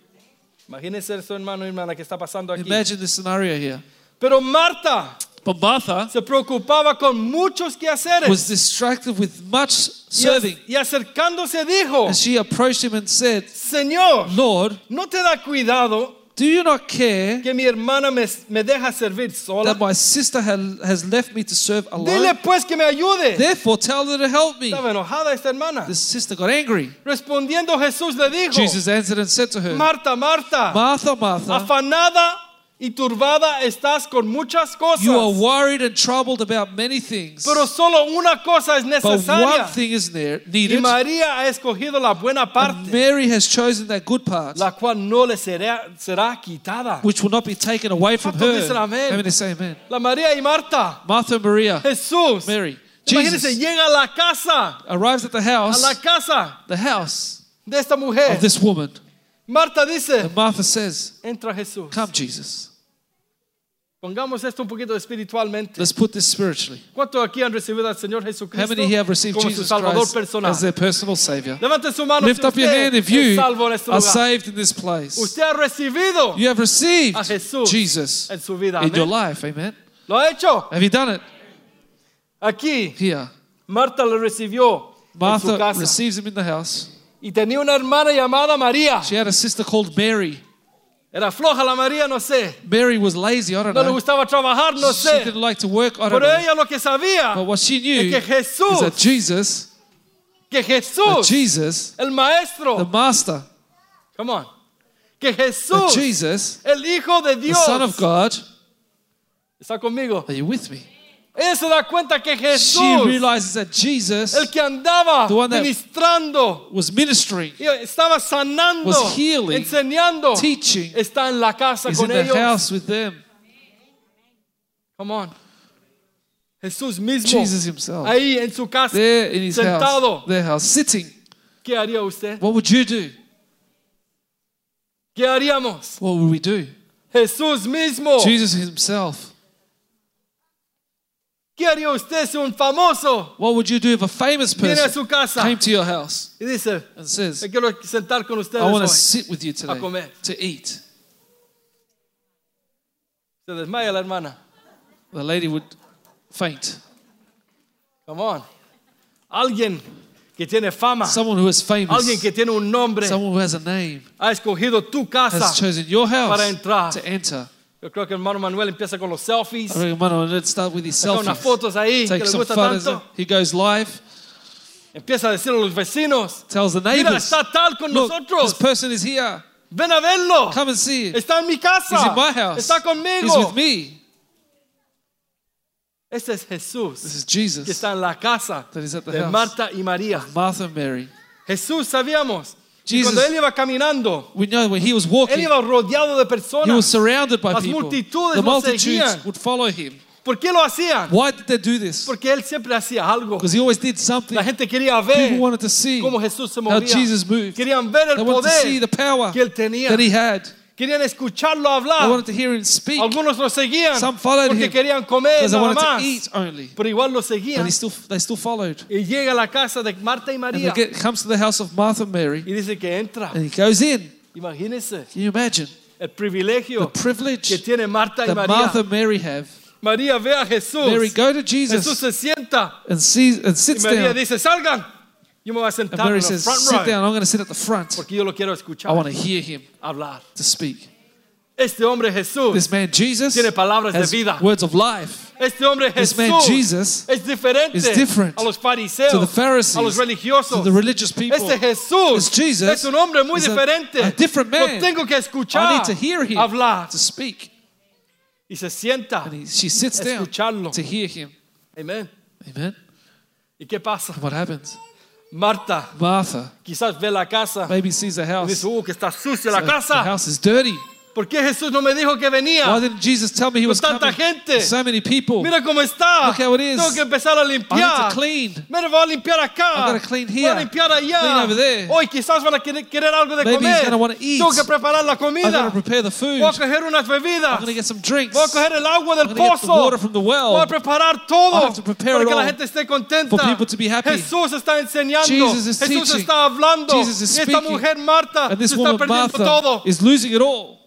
Speaker 2: Imagínense su hermano y hermana que está pasando aquí.
Speaker 3: Imagine the scenario here.
Speaker 2: Pero Marta
Speaker 3: But Martha
Speaker 2: se preocupaba con muchos quehaceres
Speaker 3: was distracted with much
Speaker 2: y, ac-
Speaker 3: serving.
Speaker 2: y acercándose dijo,
Speaker 3: And she approached him and said,
Speaker 2: Señor,
Speaker 3: Lord,
Speaker 2: ¿no te da cuidado
Speaker 3: do you not care
Speaker 2: que mi hermana me, me deja servir sola?
Speaker 3: that my sister ha- has left me to serve
Speaker 2: Dile
Speaker 3: alone?
Speaker 2: pues que me ayude.
Speaker 3: Therefore, tell her to help me.
Speaker 2: Estaba enojada esta hermana.
Speaker 3: The sister got angry.
Speaker 2: Respondiendo Jesús le dijo,
Speaker 3: Jesus answered and said to her,
Speaker 2: Marta, Marta.
Speaker 3: Martha, Martha,
Speaker 2: Afanada y turbada estás con muchas cosas,
Speaker 3: you are worried and troubled about many things,
Speaker 2: pero solo una cosa es
Speaker 3: but one
Speaker 2: necesaria.
Speaker 3: thing is ne-
Speaker 2: Y
Speaker 3: needed.
Speaker 2: María ha escogido la buena
Speaker 3: And
Speaker 2: parte,
Speaker 3: Mary has chosen that good part,
Speaker 2: la cual no le será, será quitada.
Speaker 3: which will not be taken away from
Speaker 2: ¿Cuántos
Speaker 3: her.
Speaker 2: dicen amén?
Speaker 3: Amen. Say amen.
Speaker 2: La María y Marta,
Speaker 3: Martha, Maria,
Speaker 2: Jesús.
Speaker 3: Mary,
Speaker 2: Imagínense,
Speaker 3: Jesus
Speaker 2: llega a la casa,
Speaker 3: arrives at the
Speaker 2: a
Speaker 3: house,
Speaker 2: la casa
Speaker 3: the house
Speaker 2: de esta mujer.
Speaker 3: of this woman.
Speaker 2: Marta dice,
Speaker 3: And Martha says,
Speaker 2: entra Jesús.
Speaker 3: Come, Jesus.
Speaker 2: Pongamos esto un poquito espiritualmente.
Speaker 3: Let's put this spiritually.
Speaker 2: ¿Cuántos aquí han recibido al Señor
Speaker 3: How
Speaker 2: Jesucristo
Speaker 3: many here have received
Speaker 2: como su
Speaker 3: Jesus
Speaker 2: Salvador
Speaker 3: Christ
Speaker 2: personal?
Speaker 3: as their personal Savior?
Speaker 2: Levante su mano
Speaker 3: Lift
Speaker 2: si
Speaker 3: up your
Speaker 2: usted
Speaker 3: hand if
Speaker 2: es
Speaker 3: you
Speaker 2: salvo en este
Speaker 3: are
Speaker 2: lugar.
Speaker 3: saved in this place.
Speaker 2: Usted ha recibido
Speaker 3: You have received
Speaker 2: a Jesús
Speaker 3: Jesus
Speaker 2: en su vida.
Speaker 3: in your
Speaker 2: Amén.
Speaker 3: life. Amen.
Speaker 2: Lo ha hecho.
Speaker 3: Have you done it?
Speaker 2: Aquí
Speaker 3: Here.
Speaker 2: Marta lo recibió en su
Speaker 3: Martha
Speaker 2: casa.
Speaker 3: receives him in the house.
Speaker 2: Y tenía una hermana llamada María.
Speaker 3: She had a sister called Mary.
Speaker 2: Era floja la María, no sé.
Speaker 3: Mary was lazy. I don't
Speaker 2: No le
Speaker 3: know.
Speaker 2: gustaba trabajar, no
Speaker 3: She
Speaker 2: sé.
Speaker 3: didn't like to work. I don't
Speaker 2: Pero
Speaker 3: know.
Speaker 2: ella lo que sabía,
Speaker 3: But what she knew
Speaker 2: que Jesús-
Speaker 3: is that Jesus,
Speaker 2: que
Speaker 3: that
Speaker 2: Jesús,
Speaker 3: Jesus,
Speaker 2: el
Speaker 3: the
Speaker 2: maestro,
Speaker 3: Master,
Speaker 2: come on, que
Speaker 3: that
Speaker 2: Jesús,
Speaker 3: Jesus,
Speaker 2: el Hijo de
Speaker 3: the
Speaker 2: Dios,
Speaker 3: Son of God,
Speaker 2: está conmigo.
Speaker 3: are you with me?
Speaker 2: Ella se da cuenta que
Speaker 3: She
Speaker 2: Jesús,
Speaker 3: realizes that Jesus
Speaker 2: el que andaba
Speaker 3: The one that-
Speaker 2: ministrando,
Speaker 3: was ministering,
Speaker 2: y estaba sanando,
Speaker 3: Was healing,
Speaker 2: enseñando,
Speaker 3: teaching.
Speaker 2: está en la casa
Speaker 3: He's in
Speaker 2: con
Speaker 3: the
Speaker 2: ellos.
Speaker 3: house with them.
Speaker 2: Come on. Jesús mismo
Speaker 3: Jesus himself.
Speaker 2: ahí en su casa.
Speaker 3: There in his house.
Speaker 2: Sentado.
Speaker 3: Their house. Sitting.
Speaker 2: ¿Qué haría usted?
Speaker 3: What would you do?
Speaker 2: ¿Qué haríamos?
Speaker 3: What would we do?
Speaker 2: Jesús mismo.
Speaker 3: Jesus himself.
Speaker 2: ¿Qué haría usted si un famoso
Speaker 3: What would you do if a famous
Speaker 2: viene a
Speaker 3: person
Speaker 2: su casa
Speaker 3: came to your house
Speaker 2: y dice,
Speaker 3: and says,
Speaker 2: me quiero sentar con ustedes
Speaker 3: I want
Speaker 2: hoy?
Speaker 3: to sit with you today
Speaker 2: comer.
Speaker 3: to eat?
Speaker 2: Se desmaya la hermana.
Speaker 3: The lady would faint.
Speaker 2: Come on. Alguien que tiene fama,
Speaker 3: Someone who is
Speaker 2: alguien
Speaker 3: famous,
Speaker 2: que tiene un nombre,
Speaker 3: someone who has a name,
Speaker 2: ha escogido tu casa.
Speaker 3: has chosen your
Speaker 2: Para
Speaker 3: house
Speaker 2: entrar.
Speaker 3: to enter.
Speaker 2: Yo creo que hermano Manuel empieza con los selfies.
Speaker 3: I reckon, Manuel, let's start with his
Speaker 2: Saca unas fotos ahí,
Speaker 3: selfies.
Speaker 2: que
Speaker 3: Take
Speaker 2: le
Speaker 3: some
Speaker 2: gusta
Speaker 3: photos.
Speaker 2: tanto.
Speaker 3: He goes live,
Speaker 2: Empieza a decirle a los vecinos,
Speaker 3: tells the
Speaker 2: mira,
Speaker 3: neighbors,
Speaker 2: está tal con
Speaker 3: Look, this
Speaker 2: nosotros.
Speaker 3: person is here.
Speaker 2: Ven a verlo.
Speaker 3: Come and see it.
Speaker 2: Está en mi casa.
Speaker 3: He's in my house.
Speaker 2: Está
Speaker 3: He's with
Speaker 2: conmigo.
Speaker 3: me.
Speaker 2: Este es
Speaker 3: This
Speaker 2: Jesús que
Speaker 3: is Jesus.
Speaker 2: está en la casa
Speaker 3: That is at the
Speaker 2: de
Speaker 3: house.
Speaker 2: Marta y María.
Speaker 3: Martha and Mary.
Speaker 2: Jesús, sabíamos, que
Speaker 3: Jesus-
Speaker 2: cuando él iba caminando,
Speaker 3: We know when he was
Speaker 2: él
Speaker 3: walking,
Speaker 2: iba rodeado de
Speaker 3: he was
Speaker 2: personas.
Speaker 3: surrounded by
Speaker 2: Las
Speaker 3: people.
Speaker 2: multitudes lo
Speaker 3: The multitudes
Speaker 2: seguían.
Speaker 3: would follow him.
Speaker 2: ¿Por qué lo hacían?
Speaker 3: Why did they do this?
Speaker 2: Porque él siempre hacía algo.
Speaker 3: Because he always did something.
Speaker 2: La gente quería ver
Speaker 3: People wanted to see
Speaker 2: cómo Jesús se
Speaker 3: how
Speaker 2: movía.
Speaker 3: Jesus moved.
Speaker 2: Querían ver el
Speaker 3: They wanted to see the
Speaker 2: poder
Speaker 3: power
Speaker 2: que él tenía.
Speaker 3: that he had.
Speaker 2: Querían escucharlo
Speaker 3: They
Speaker 2: hablar.
Speaker 3: wanted to hear him speak
Speaker 2: Algunos lo seguían
Speaker 3: Some followed
Speaker 2: porque
Speaker 3: him
Speaker 2: querían comer
Speaker 3: because they
Speaker 2: nada
Speaker 3: wanted to
Speaker 2: más.
Speaker 3: eat only.
Speaker 2: Pero igual lo
Speaker 3: But
Speaker 2: seguían.
Speaker 3: he still, they still followed.
Speaker 2: Y llega a la casa de Marta y
Speaker 3: And
Speaker 2: María
Speaker 3: he get, comes to the house of Martha and Mary
Speaker 2: y dice que entra.
Speaker 3: and he goes in.
Speaker 2: Imagínense
Speaker 3: Can you imagine
Speaker 2: el
Speaker 3: the
Speaker 2: privilegio que
Speaker 3: privilege
Speaker 2: tiene Marta y
Speaker 3: that
Speaker 2: María.
Speaker 3: Martha and Mary have?
Speaker 2: María ve a Jesús.
Speaker 3: Mary go to
Speaker 2: Jesús
Speaker 3: Jesus
Speaker 2: se sienta
Speaker 3: and sees and
Speaker 2: y
Speaker 3: sits
Speaker 2: María
Speaker 3: down.
Speaker 2: dice, salgan. Yo me voy a
Speaker 3: And
Speaker 2: sentar en
Speaker 3: Mary
Speaker 2: el
Speaker 3: says,
Speaker 2: front
Speaker 3: "Sit
Speaker 2: row
Speaker 3: down. I'm going to sit at the front.
Speaker 2: porque yo lo quiero
Speaker 3: I want
Speaker 2: escuchar
Speaker 3: to hear him
Speaker 2: hablar.
Speaker 3: to speak."
Speaker 2: Este hombre Jesús,
Speaker 3: This man Jesus
Speaker 2: Tiene palabras de
Speaker 3: has
Speaker 2: vida.
Speaker 3: words of life.
Speaker 2: este hombre
Speaker 3: This man
Speaker 2: Jesús
Speaker 3: Jesus
Speaker 2: es diferente
Speaker 3: is different
Speaker 2: a los fariseos,
Speaker 3: to the Pharisees,
Speaker 2: a los religiosos.
Speaker 3: to the religious people.
Speaker 2: este Jesús
Speaker 3: This Jesus
Speaker 2: es un hombre muy
Speaker 3: is a-
Speaker 2: diferente.
Speaker 3: a different
Speaker 2: Lo
Speaker 3: man.
Speaker 2: tengo que
Speaker 3: I
Speaker 2: escuchar
Speaker 3: need to hear him
Speaker 2: hablar.
Speaker 3: to speak.
Speaker 2: Y se sienta.
Speaker 3: And he, she sits down
Speaker 2: Escucharlo.
Speaker 3: to hear him.
Speaker 2: Amén.
Speaker 3: Amen.
Speaker 2: ¿Y qué pasa?
Speaker 3: And what happens?
Speaker 2: Marta
Speaker 3: Martha
Speaker 2: quizás ve la casa
Speaker 3: maybe sees the
Speaker 2: y
Speaker 3: house.
Speaker 2: dice, uh, que está sucia
Speaker 3: The
Speaker 2: la
Speaker 3: the
Speaker 2: casa.
Speaker 3: house is dirty.
Speaker 2: ¿Por qué Jesús no me dijo que venía?
Speaker 3: Why didn't Jesus tell me he was
Speaker 2: tanta
Speaker 3: coming?
Speaker 2: gente.
Speaker 3: There's So many people.
Speaker 2: Mira cómo está.
Speaker 3: Look how it is.
Speaker 2: Tengo que empezar a
Speaker 3: I need
Speaker 2: limpiar.
Speaker 3: to clean.
Speaker 2: Mira, voy a limpiar acá.
Speaker 3: I gotta clean
Speaker 2: Voy a
Speaker 3: here.
Speaker 2: limpiar allá.
Speaker 3: Clean over there.
Speaker 2: Hoy quizás van a querer, querer algo de
Speaker 3: Maybe he's
Speaker 2: comer.
Speaker 3: gonna wanna eat.
Speaker 2: Tengo que preparar la
Speaker 3: I'm going to
Speaker 2: comida.
Speaker 3: prepare the food.
Speaker 2: Voy a
Speaker 3: I'm
Speaker 2: coger unas bebidas.
Speaker 3: going to get some drinks.
Speaker 2: Voy a coger el agua del
Speaker 3: I'm gonna get the
Speaker 2: pozo.
Speaker 3: water from the
Speaker 2: Voy a
Speaker 3: well.
Speaker 2: preparar todo
Speaker 3: I'll have to prepare
Speaker 2: para
Speaker 3: it
Speaker 2: que la
Speaker 3: all
Speaker 2: gente esté contenta.
Speaker 3: for people to be happy.
Speaker 2: Jesús está enseñando.
Speaker 3: Jesus is
Speaker 2: Jesús
Speaker 3: teaching.
Speaker 2: está hablando.
Speaker 3: Jesus is
Speaker 2: y esta
Speaker 3: speaking.
Speaker 2: mujer Marta
Speaker 3: And
Speaker 2: se
Speaker 3: this
Speaker 2: está
Speaker 3: woman
Speaker 2: perdiendo
Speaker 3: Martha
Speaker 2: todo.
Speaker 3: is losing it all.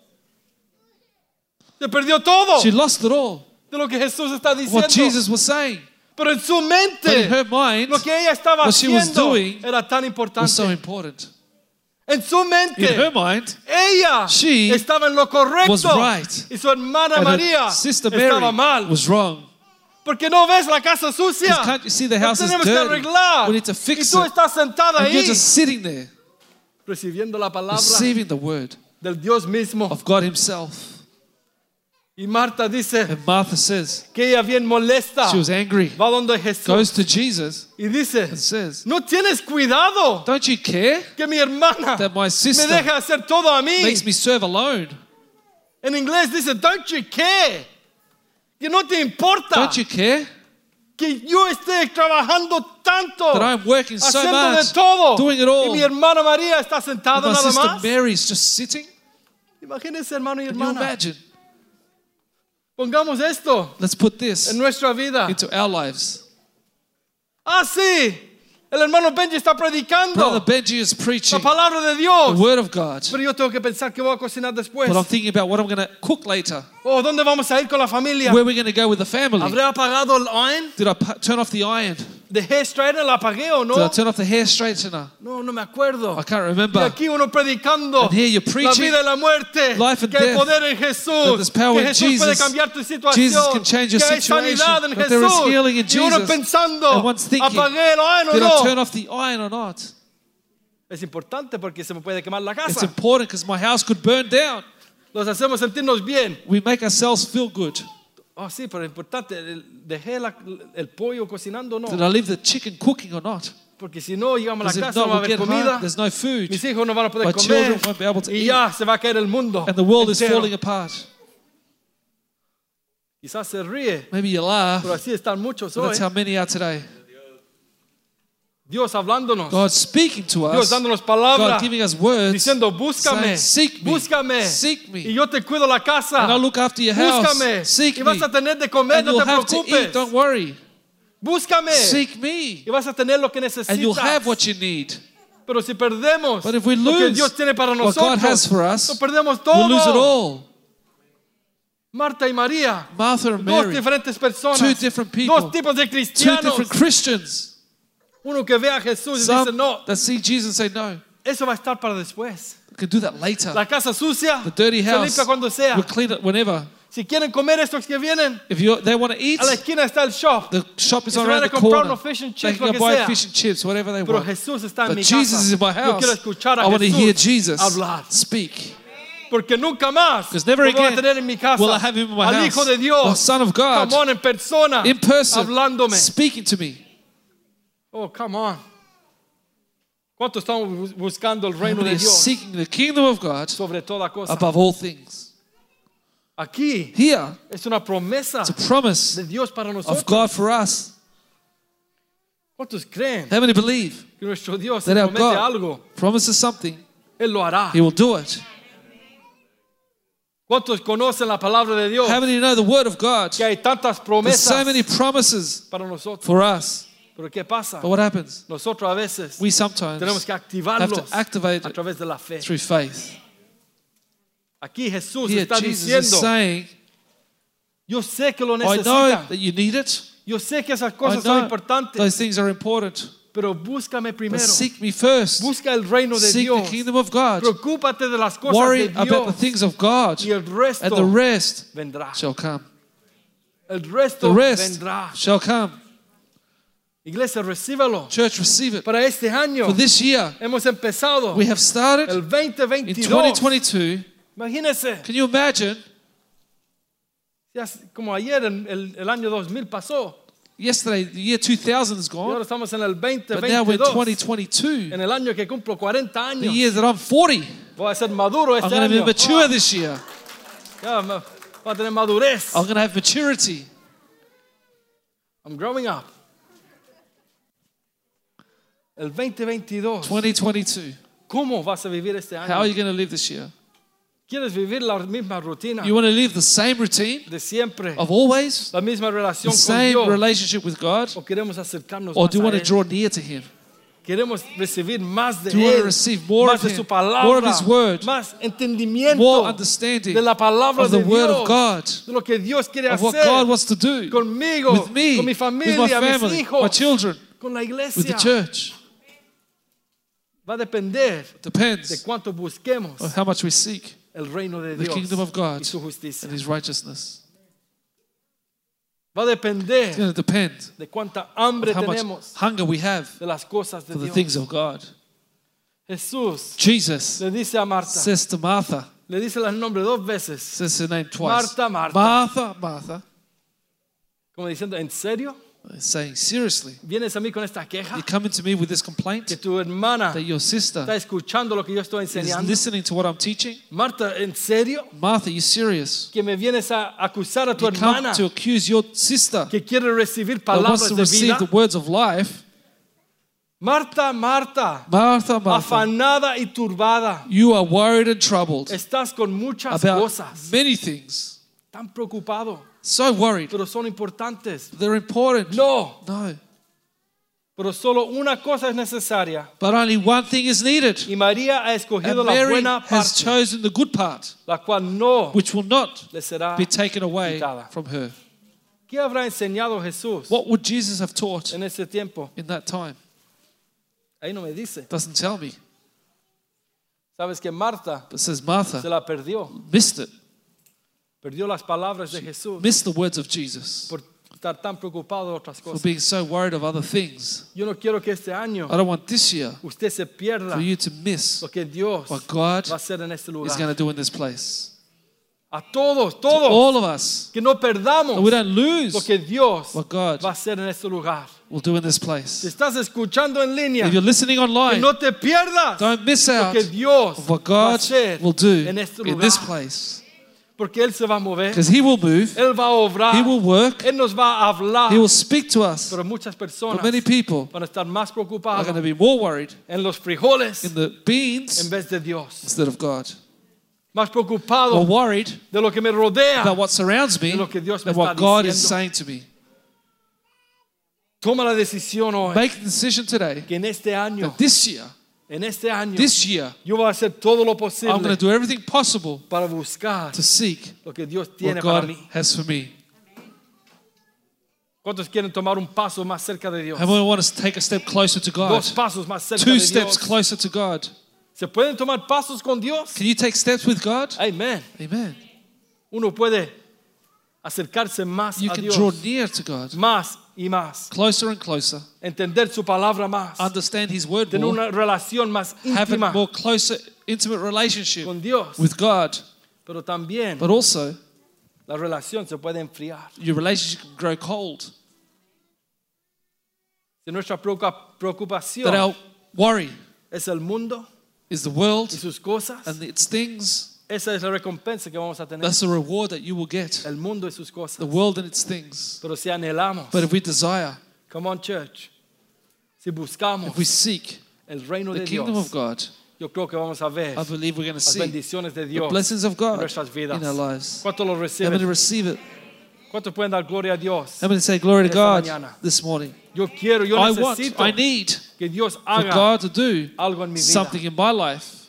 Speaker 2: Se perdió todo
Speaker 3: She lost it all.
Speaker 2: de lo que Jesús está diciendo.
Speaker 3: What Jesus was saying.
Speaker 2: Pero en su
Speaker 3: But in
Speaker 2: mente
Speaker 3: her mind
Speaker 2: lo que ella estaba
Speaker 3: what she was
Speaker 2: haciendo
Speaker 3: doing
Speaker 2: era tan importante.
Speaker 3: was so important.
Speaker 2: en su
Speaker 3: In her
Speaker 2: mente
Speaker 3: mind,
Speaker 2: ella
Speaker 3: she
Speaker 2: estaba en lo correcto.
Speaker 3: was right.
Speaker 2: Y su hermana
Speaker 3: and her
Speaker 2: María
Speaker 3: sister
Speaker 2: estaba
Speaker 3: Mary
Speaker 2: mal.
Speaker 3: was wrong.
Speaker 2: Porque no ves la casa sucia.
Speaker 3: 'Cause can't you see the house
Speaker 2: Lo
Speaker 3: is
Speaker 2: tenemos que
Speaker 3: dirty?
Speaker 2: arreglar.
Speaker 3: We need to
Speaker 2: y
Speaker 3: fix
Speaker 2: tú
Speaker 3: it.
Speaker 2: estás sentada
Speaker 3: And you're
Speaker 2: ahí
Speaker 3: just sitting there,
Speaker 2: recibiendo la palabra
Speaker 3: receiving the word
Speaker 2: del Dios mismo.
Speaker 3: of God Himself.
Speaker 2: Y Marta dice
Speaker 3: And Martha says,
Speaker 2: que ella bien molesta.
Speaker 3: she was angry,
Speaker 2: Va donde Jesús
Speaker 3: goes to Jesus
Speaker 2: y dice,
Speaker 3: and says,
Speaker 2: no tienes cuidado
Speaker 3: Don't you care
Speaker 2: que mi hermana
Speaker 3: that my
Speaker 2: me
Speaker 3: sister
Speaker 2: deja hacer todo a mí.
Speaker 3: makes me serve alone?
Speaker 2: En inglés dice, don't you care. Que no te importa
Speaker 3: Don't you care
Speaker 2: que yo esté trabajando tanto,
Speaker 3: that I'm working so
Speaker 2: haciendo de
Speaker 3: much,
Speaker 2: todo,
Speaker 3: doing it
Speaker 2: y
Speaker 3: all,
Speaker 2: mi
Speaker 3: and
Speaker 2: hermana María está sentada
Speaker 3: my
Speaker 2: nada
Speaker 3: sister
Speaker 2: más.
Speaker 3: Mary's just sitting?
Speaker 2: Imagínense, hermano y
Speaker 3: Can you
Speaker 2: hermana,
Speaker 3: imagine?
Speaker 2: pongamos esto
Speaker 3: Let's put
Speaker 2: en
Speaker 3: this
Speaker 2: nuestra vida.
Speaker 3: into our lives.
Speaker 2: Ah, sí, el hermano Benji está
Speaker 3: Brother
Speaker 2: predicando
Speaker 3: Benji is
Speaker 2: la
Speaker 3: preaching
Speaker 2: palabra de
Speaker 3: the
Speaker 2: Dios,
Speaker 3: word of God,
Speaker 2: pero yo tengo que pensar que voy a cocinar después.
Speaker 3: but I'm thinking about what I'm going to cook later,
Speaker 2: Oh, ¿dónde vamos a ir con la familia?
Speaker 3: where we're going to go with the family.
Speaker 2: ¿Habré apagado el iron?
Speaker 3: Did I pu- turn off the iron?
Speaker 2: ¿De hair straightener la apagué o
Speaker 3: Did I
Speaker 2: no?
Speaker 3: turn off the hair straightener?
Speaker 2: No, no me acuerdo.
Speaker 3: I can't
Speaker 2: Y
Speaker 3: remember.
Speaker 2: aquí uno predicando
Speaker 3: And here you're
Speaker 2: la
Speaker 3: preaching
Speaker 2: vida y la muerte,
Speaker 3: life and
Speaker 2: que hay
Speaker 3: death,
Speaker 2: poder en
Speaker 3: that
Speaker 2: Jesús,
Speaker 3: there's power
Speaker 2: que
Speaker 3: in
Speaker 2: Jesús puede
Speaker 3: Jesus,
Speaker 2: cambiar tu
Speaker 3: Jesus
Speaker 2: situación,
Speaker 3: can change your
Speaker 2: que hay
Speaker 3: situation,
Speaker 2: sanidad en
Speaker 3: that there is
Speaker 2: Jesús.
Speaker 3: healing in
Speaker 2: y uno
Speaker 3: Jesus.
Speaker 2: pensando,
Speaker 3: And one's thinking,
Speaker 2: apagué el iron
Speaker 3: Did I
Speaker 2: o
Speaker 3: turn
Speaker 2: no.
Speaker 3: off the iron or not?
Speaker 2: Es importante porque se me puede quemar la
Speaker 3: It's
Speaker 2: casa.
Speaker 3: important because my house could burn down.
Speaker 2: Los hacemos sentirnos bien.
Speaker 3: We make ourselves feel good.
Speaker 2: Oh, sí, pero es importante, el- dejé la- el pollo cocinando o
Speaker 3: Did
Speaker 2: no.
Speaker 3: I leave the chicken cooking or not?
Speaker 2: Porque si no, llegamos
Speaker 3: Because
Speaker 2: a la
Speaker 3: if
Speaker 2: casa, no va a
Speaker 3: not, we'll
Speaker 2: haber
Speaker 3: get
Speaker 2: comida.
Speaker 3: home, there's no
Speaker 2: Mis
Speaker 3: food,
Speaker 2: hijos no van a poder
Speaker 3: My
Speaker 2: comer
Speaker 3: children won't be able to
Speaker 2: y
Speaker 3: eat.
Speaker 2: ya se va a caer el mundo.
Speaker 3: and the world is
Speaker 2: entero.
Speaker 3: falling apart.
Speaker 2: Quizás se ríe,
Speaker 3: Maybe you laugh,
Speaker 2: pero así están muchos
Speaker 3: but
Speaker 2: hoy.
Speaker 3: that's how many are today.
Speaker 2: Dios hablándonos,
Speaker 3: God speaking to
Speaker 2: Dios
Speaker 3: us,
Speaker 2: dándonos palabra,
Speaker 3: God giving us words,
Speaker 2: diciendo búscame,
Speaker 3: saying, seek me,
Speaker 2: búscame,
Speaker 3: seek me,
Speaker 2: y yo te cuido la casa,
Speaker 3: and I'll look after your house.
Speaker 2: búscame,
Speaker 3: Seek
Speaker 2: y
Speaker 3: me,
Speaker 2: vas a tener de comer,
Speaker 3: and
Speaker 2: no
Speaker 3: you'll
Speaker 2: te
Speaker 3: have to eat. Don't
Speaker 2: preocupes,
Speaker 3: worry.
Speaker 2: búscame,
Speaker 3: Seek me,
Speaker 2: y vas a tener lo que
Speaker 3: and you'll have
Speaker 2: necesitas.
Speaker 3: what you need.
Speaker 2: Pero si perdemos
Speaker 3: But if we
Speaker 2: lo que
Speaker 3: lose
Speaker 2: Dios tiene para
Speaker 3: what God
Speaker 2: nosotros,
Speaker 3: has for us,
Speaker 2: lo perdemos
Speaker 3: We'll lose it
Speaker 2: todo.
Speaker 3: all.
Speaker 2: Marta y María,
Speaker 3: Martha and
Speaker 2: dos
Speaker 3: Mary,
Speaker 2: diferentes personas,
Speaker 3: Two different people.
Speaker 2: dos tipos de
Speaker 3: two
Speaker 2: cristianos,
Speaker 3: different Christians.
Speaker 2: uno que ve a Jesús y dice
Speaker 3: Some
Speaker 2: no,
Speaker 3: that see Jesus and say, No,
Speaker 2: eso va a estar para después.
Speaker 3: we can do that later.
Speaker 2: La casa sucia
Speaker 3: The dirty
Speaker 2: se
Speaker 3: house,
Speaker 2: limpia cuando sea.
Speaker 3: we'll clean it whenever.
Speaker 2: Si quieren comer estos que vienen,
Speaker 3: If you they want to eat,
Speaker 2: a la esquina está el shop.
Speaker 3: the shop is
Speaker 2: Y se
Speaker 3: around
Speaker 2: van a
Speaker 3: the
Speaker 2: comprar
Speaker 3: corner.
Speaker 2: unos fish and
Speaker 3: They
Speaker 2: chips, lo
Speaker 3: can
Speaker 2: que
Speaker 3: go buy
Speaker 2: sea.
Speaker 3: fish and chips, whatever they
Speaker 2: Pero
Speaker 3: want.
Speaker 2: Jesús está en
Speaker 3: But
Speaker 2: mi
Speaker 3: Jesus
Speaker 2: casa.
Speaker 3: is in my
Speaker 2: Yo quiero
Speaker 3: house.
Speaker 2: escuchar a
Speaker 3: I want to
Speaker 2: Jesús
Speaker 3: hear Jesus
Speaker 2: hablar.
Speaker 3: speak.
Speaker 2: Porque nunca más
Speaker 3: Because never
Speaker 2: lo voy a
Speaker 3: again
Speaker 2: tener en mi casa
Speaker 3: will I have him in my
Speaker 2: al
Speaker 3: house.
Speaker 2: Hijo de Dios,
Speaker 3: The Son of God.
Speaker 2: come on, en persona,
Speaker 3: In person,
Speaker 2: hablándome.
Speaker 3: speaking to me.
Speaker 2: Oh, come on. ¿Cuánto estamos bus- buscando el
Speaker 3: How
Speaker 2: reino
Speaker 3: many
Speaker 2: de
Speaker 3: are
Speaker 2: Dios
Speaker 3: seeking the kingdom of God
Speaker 2: sobre toda cosa?
Speaker 3: above all things?
Speaker 2: Aquí
Speaker 3: Here,
Speaker 2: es una promesa
Speaker 3: it's a promise
Speaker 2: de Dios para nosotros.
Speaker 3: of God for us.
Speaker 2: ¿Cuántos creen
Speaker 3: How many believe
Speaker 2: que nuestro Dios
Speaker 3: that our
Speaker 2: promete
Speaker 3: God
Speaker 2: algo?
Speaker 3: promises something,
Speaker 2: Él lo hará.
Speaker 3: He will do it?
Speaker 2: ¿Cuántos conocen la palabra de Dios?
Speaker 3: How many know the Word of God?
Speaker 2: Que hay tantas
Speaker 3: There's
Speaker 2: promesas
Speaker 3: so many promises
Speaker 2: para nosotros.
Speaker 3: for us.
Speaker 2: Pero ¿qué pasa?
Speaker 3: But what happens?
Speaker 2: Nosotros a veces
Speaker 3: We sometimes
Speaker 2: tenemos que
Speaker 3: have
Speaker 2: activarlos
Speaker 3: to activate
Speaker 2: a
Speaker 3: it
Speaker 2: través de la fe.
Speaker 3: through faith.
Speaker 2: Aquí Jesús
Speaker 3: Here,
Speaker 2: está
Speaker 3: Jesus is
Speaker 2: diciendo,
Speaker 3: saying,
Speaker 2: yo sé que lo
Speaker 3: I know
Speaker 2: necesitan.
Speaker 3: that you need it.
Speaker 2: Yo sé que esas
Speaker 3: I
Speaker 2: cosas son
Speaker 3: know
Speaker 2: importantes,
Speaker 3: those things are important.
Speaker 2: pero búscame
Speaker 3: But
Speaker 2: primero.
Speaker 3: seek me first.
Speaker 2: Busca el reino de
Speaker 3: Seek the
Speaker 2: Dios.
Speaker 3: kingdom of God.
Speaker 2: Preocúpate de las cosas
Speaker 3: Worry
Speaker 2: de
Speaker 3: about the
Speaker 2: Dios
Speaker 3: things of God.
Speaker 2: y el resto
Speaker 3: And the rest
Speaker 2: vendrá.
Speaker 3: shall come.
Speaker 2: El
Speaker 3: The
Speaker 2: resto
Speaker 3: rest
Speaker 2: vendrá.
Speaker 3: shall come.
Speaker 2: Iglesia, recíbalo.
Speaker 3: Church, receive it.
Speaker 2: Para este año
Speaker 3: For this year,
Speaker 2: hemos empezado
Speaker 3: we have started
Speaker 2: el
Speaker 3: in
Speaker 2: 2022.
Speaker 3: 2022.
Speaker 2: Imagínense,
Speaker 3: Can you imagine?
Speaker 2: ya es como ayer el, el- el año 2000 pasó
Speaker 3: Yesterday, the year 2000 is
Speaker 2: y
Speaker 3: gone.
Speaker 2: ahora estamos en el
Speaker 3: But now we're in
Speaker 2: 2022.
Speaker 3: 2022,
Speaker 2: En el año que cumplo 40
Speaker 3: the
Speaker 2: años.
Speaker 3: year that I'm 40.
Speaker 2: Voy a ser maduro
Speaker 3: I'm
Speaker 2: este
Speaker 3: going to
Speaker 2: año.
Speaker 3: be mature this year.
Speaker 2: Ya, me- voy a tener madurez.
Speaker 3: I'm going to have maturity.
Speaker 2: I'm growing up. El 2022.
Speaker 3: 2022.
Speaker 2: ¿Cómo vas a vivir este
Speaker 3: How are
Speaker 2: año?
Speaker 3: you going to live this year?
Speaker 2: ¿Quieres vivir la misma rutina
Speaker 3: You want to live the same routine
Speaker 2: de siempre?
Speaker 3: of always,
Speaker 2: La misma
Speaker 3: the
Speaker 2: relación con
Speaker 3: same
Speaker 2: Dios.
Speaker 3: relationship with God,
Speaker 2: ¿O queremos acercarnos
Speaker 3: or
Speaker 2: más
Speaker 3: do you
Speaker 2: a
Speaker 3: want to
Speaker 2: Él?
Speaker 3: draw near to Him?
Speaker 2: Queremos recibir más de
Speaker 3: Do you want to
Speaker 2: Él,
Speaker 3: receive more
Speaker 2: más
Speaker 3: of
Speaker 2: de
Speaker 3: Him,
Speaker 2: su palabra,
Speaker 3: more of His word,
Speaker 2: más entendimiento
Speaker 3: More understanding
Speaker 2: de la palabra
Speaker 3: of the
Speaker 2: de
Speaker 3: Word
Speaker 2: Dios,
Speaker 3: of God,
Speaker 2: de lo que Dios quiere
Speaker 3: of what
Speaker 2: hacer
Speaker 3: God wants to do
Speaker 2: conmigo,
Speaker 3: with me,
Speaker 2: con mi
Speaker 3: with
Speaker 2: familia,
Speaker 3: my
Speaker 2: mis
Speaker 3: family,
Speaker 2: hijos,
Speaker 3: my children,
Speaker 2: con la
Speaker 3: with the
Speaker 2: iglesia.
Speaker 3: church.
Speaker 2: Va a depender de
Speaker 3: Depends
Speaker 2: cuánto busquemos
Speaker 3: on how much we seek
Speaker 2: el reino de
Speaker 3: the
Speaker 2: Dios
Speaker 3: kingdom of God
Speaker 2: y su
Speaker 3: and
Speaker 2: justicia.
Speaker 3: His righteousness.
Speaker 2: Va a
Speaker 3: It's
Speaker 2: depender
Speaker 3: going to depend
Speaker 2: de cuánta hambre
Speaker 3: on how much
Speaker 2: tenemos
Speaker 3: hunger we have
Speaker 2: de las cosas de
Speaker 3: for the
Speaker 2: Dios.
Speaker 3: things of God.
Speaker 2: Jesús
Speaker 3: Jesus
Speaker 2: le dice a Marta,
Speaker 3: says to Martha,
Speaker 2: le dice el nombre dos veces,
Speaker 3: says her name twice.
Speaker 2: Marta, Marta.
Speaker 3: Martha, Martha.
Speaker 2: como diciendo, ¿en serio?
Speaker 3: Saying, seriously,
Speaker 2: ¿Vienes a mí con esta queja?
Speaker 3: you're coming to me with this
Speaker 2: Que
Speaker 3: complaint
Speaker 2: tu hermana
Speaker 3: that your
Speaker 2: está
Speaker 3: sister
Speaker 2: escuchando lo que yo estoy
Speaker 3: is
Speaker 2: enseñando.
Speaker 3: listening to what I'm teaching?
Speaker 2: Marta, ¿en serio?
Speaker 3: Martha, you serious?
Speaker 2: Que me vienes a acusar a tu
Speaker 3: You
Speaker 2: hermana
Speaker 3: come to accuse your sister
Speaker 2: que quiere recibir
Speaker 3: that wants
Speaker 2: palabras de
Speaker 3: to
Speaker 2: vida.
Speaker 3: receive the words of life.
Speaker 2: Marta, Marta,
Speaker 3: Martha, Martha,
Speaker 2: afanada y turbada.
Speaker 3: you are worried and troubled
Speaker 2: Estás con muchas
Speaker 3: about
Speaker 2: cosas.
Speaker 3: many things.
Speaker 2: Tan preocupado,
Speaker 3: So worried.
Speaker 2: pero son importantes.
Speaker 3: They're important.
Speaker 2: No,
Speaker 3: No.
Speaker 2: pero solo una cosa es necesaria.
Speaker 3: But only one thing is needed.
Speaker 2: Y María ha escogido
Speaker 3: And
Speaker 2: la
Speaker 3: Mary
Speaker 2: buena
Speaker 3: has
Speaker 2: parte,
Speaker 3: chosen the good part,
Speaker 2: la cual no
Speaker 3: which will not
Speaker 2: le será.
Speaker 3: be taken away
Speaker 2: quitada.
Speaker 3: from her.
Speaker 2: ¿Qué habrá enseñado Jesús
Speaker 3: What would Jesus have taught
Speaker 2: en ese tiempo?
Speaker 3: in that time?
Speaker 2: Ahí no me dice.
Speaker 3: Doesn't tell me.
Speaker 2: Sabes que Marta
Speaker 3: But says
Speaker 2: se
Speaker 3: Martha
Speaker 2: la perdió.
Speaker 3: missed it,
Speaker 2: Perdió las palabras de Jesús
Speaker 3: missed the words of Jesus
Speaker 2: por estar tan preocupado de otras
Speaker 3: for
Speaker 2: cosas.
Speaker 3: being so worried of other things.
Speaker 2: Yo no quiero que este año
Speaker 3: I don't want this year
Speaker 2: usted se pierda
Speaker 3: for you to miss
Speaker 2: lo que Dios
Speaker 3: what God
Speaker 2: va a hacer en este
Speaker 3: is
Speaker 2: lugar.
Speaker 3: going to do in this place.
Speaker 2: A todos,
Speaker 3: To
Speaker 2: todos,
Speaker 3: all of us,
Speaker 2: que no
Speaker 3: that we
Speaker 2: perdamos
Speaker 3: don't
Speaker 2: lo
Speaker 3: lose
Speaker 2: que Dios
Speaker 3: what God
Speaker 2: va a hacer en este lugar.
Speaker 3: will do in this
Speaker 2: Si
Speaker 3: place.
Speaker 2: estás escuchando en línea,
Speaker 3: If you're listening
Speaker 2: que
Speaker 3: online,
Speaker 2: no te pierdas
Speaker 3: don't miss
Speaker 2: lo
Speaker 3: out
Speaker 2: que Dios
Speaker 3: of what
Speaker 2: va a
Speaker 3: God
Speaker 2: hacer
Speaker 3: will do
Speaker 2: en este
Speaker 3: in
Speaker 2: lugar,
Speaker 3: this place.
Speaker 2: porque Él se va a mover,
Speaker 3: Because He will move,
Speaker 2: Él va a obrar,
Speaker 3: He will work,
Speaker 2: Él nos va a hablar,
Speaker 3: He will speak to us.
Speaker 2: pero muchas
Speaker 3: But
Speaker 2: personas
Speaker 3: many people
Speaker 2: van a estar más
Speaker 3: are going
Speaker 2: preocupadas
Speaker 3: to be more worried
Speaker 2: en los frijoles
Speaker 3: in the
Speaker 2: en
Speaker 3: beans
Speaker 2: vez de Dios.
Speaker 3: instead of God.
Speaker 2: Más preocupado
Speaker 3: Or worried
Speaker 2: de lo que me rodea.
Speaker 3: about what surrounds me
Speaker 2: De lo que Dios me
Speaker 3: than what
Speaker 2: está
Speaker 3: God is
Speaker 2: diciendo.
Speaker 3: saying to me.
Speaker 2: Toma la decisión hoy
Speaker 3: Make the decision today
Speaker 2: que en este año,
Speaker 3: that this year,
Speaker 2: en este año,
Speaker 3: this year,
Speaker 2: yo voy a hacer todo lo
Speaker 3: I'm going
Speaker 2: posible
Speaker 3: to do everything possible
Speaker 2: para buscar
Speaker 3: to seek
Speaker 2: lo que Dios
Speaker 3: what
Speaker 2: tiene para
Speaker 3: God
Speaker 2: mí.
Speaker 3: has for me.
Speaker 2: ¿Cuántos quieren tomar un paso más cerca de Dios?
Speaker 3: How many want to take a step closer to God?
Speaker 2: Dos pasos más cerca
Speaker 3: Two
Speaker 2: de
Speaker 3: steps
Speaker 2: Dios.
Speaker 3: closer to God.
Speaker 2: ¿Se pueden tomar pasos con Dios?
Speaker 3: Can you take steps with God?
Speaker 2: Amén.
Speaker 3: Amen.
Speaker 2: Uno puede acercarse más
Speaker 3: You
Speaker 2: a
Speaker 3: can
Speaker 2: Dios,
Speaker 3: draw near to God,
Speaker 2: más y más,
Speaker 3: closer and closer.
Speaker 2: entender su palabra más,
Speaker 3: Understand His word
Speaker 2: tener
Speaker 3: more.
Speaker 2: una relación más
Speaker 3: Have a
Speaker 2: íntima
Speaker 3: more closer, intimate relationship
Speaker 2: con Dios,
Speaker 3: with God.
Speaker 2: pero también
Speaker 3: But also,
Speaker 2: la relación se puede enfriar.
Speaker 3: your relationship can grow cold.
Speaker 2: Si nuestra preocupa- preocupación
Speaker 3: That our worry
Speaker 2: es el mundo
Speaker 3: is the
Speaker 2: y
Speaker 3: world
Speaker 2: sus cosas,
Speaker 3: and its things,
Speaker 2: Esa es la recompensa que vamos a tener.
Speaker 3: That's the reward that you will get.
Speaker 2: El mundo y sus
Speaker 3: The
Speaker 2: cosas.
Speaker 3: world and its things.
Speaker 2: Pero si anhelamos,
Speaker 3: But if we desire,
Speaker 2: come on church, si buscamos
Speaker 3: if we seek
Speaker 2: el reino
Speaker 3: the
Speaker 2: de
Speaker 3: kingdom
Speaker 2: Dios,
Speaker 3: of God,
Speaker 2: yo creo que vamos a ver
Speaker 3: I believe we're going to
Speaker 2: las
Speaker 3: see
Speaker 2: bendiciones de
Speaker 3: the
Speaker 2: Dios
Speaker 3: blessings of
Speaker 2: en
Speaker 3: God
Speaker 2: nuestras
Speaker 3: in
Speaker 2: vidas.
Speaker 3: our lives.
Speaker 2: ¿Cuántos lo
Speaker 3: I'm going to
Speaker 2: reciben?
Speaker 3: receive it.
Speaker 2: ¿Cuántos pueden dar gloria a Dios?
Speaker 3: I'm going to say glory to
Speaker 2: Esta
Speaker 3: God
Speaker 2: mañana.
Speaker 3: this morning.
Speaker 2: Yo quiero, yo
Speaker 3: I want,
Speaker 2: necesito
Speaker 3: I need for
Speaker 2: que Dios haga
Speaker 3: God to do
Speaker 2: algo en mi vida,
Speaker 3: something in my life,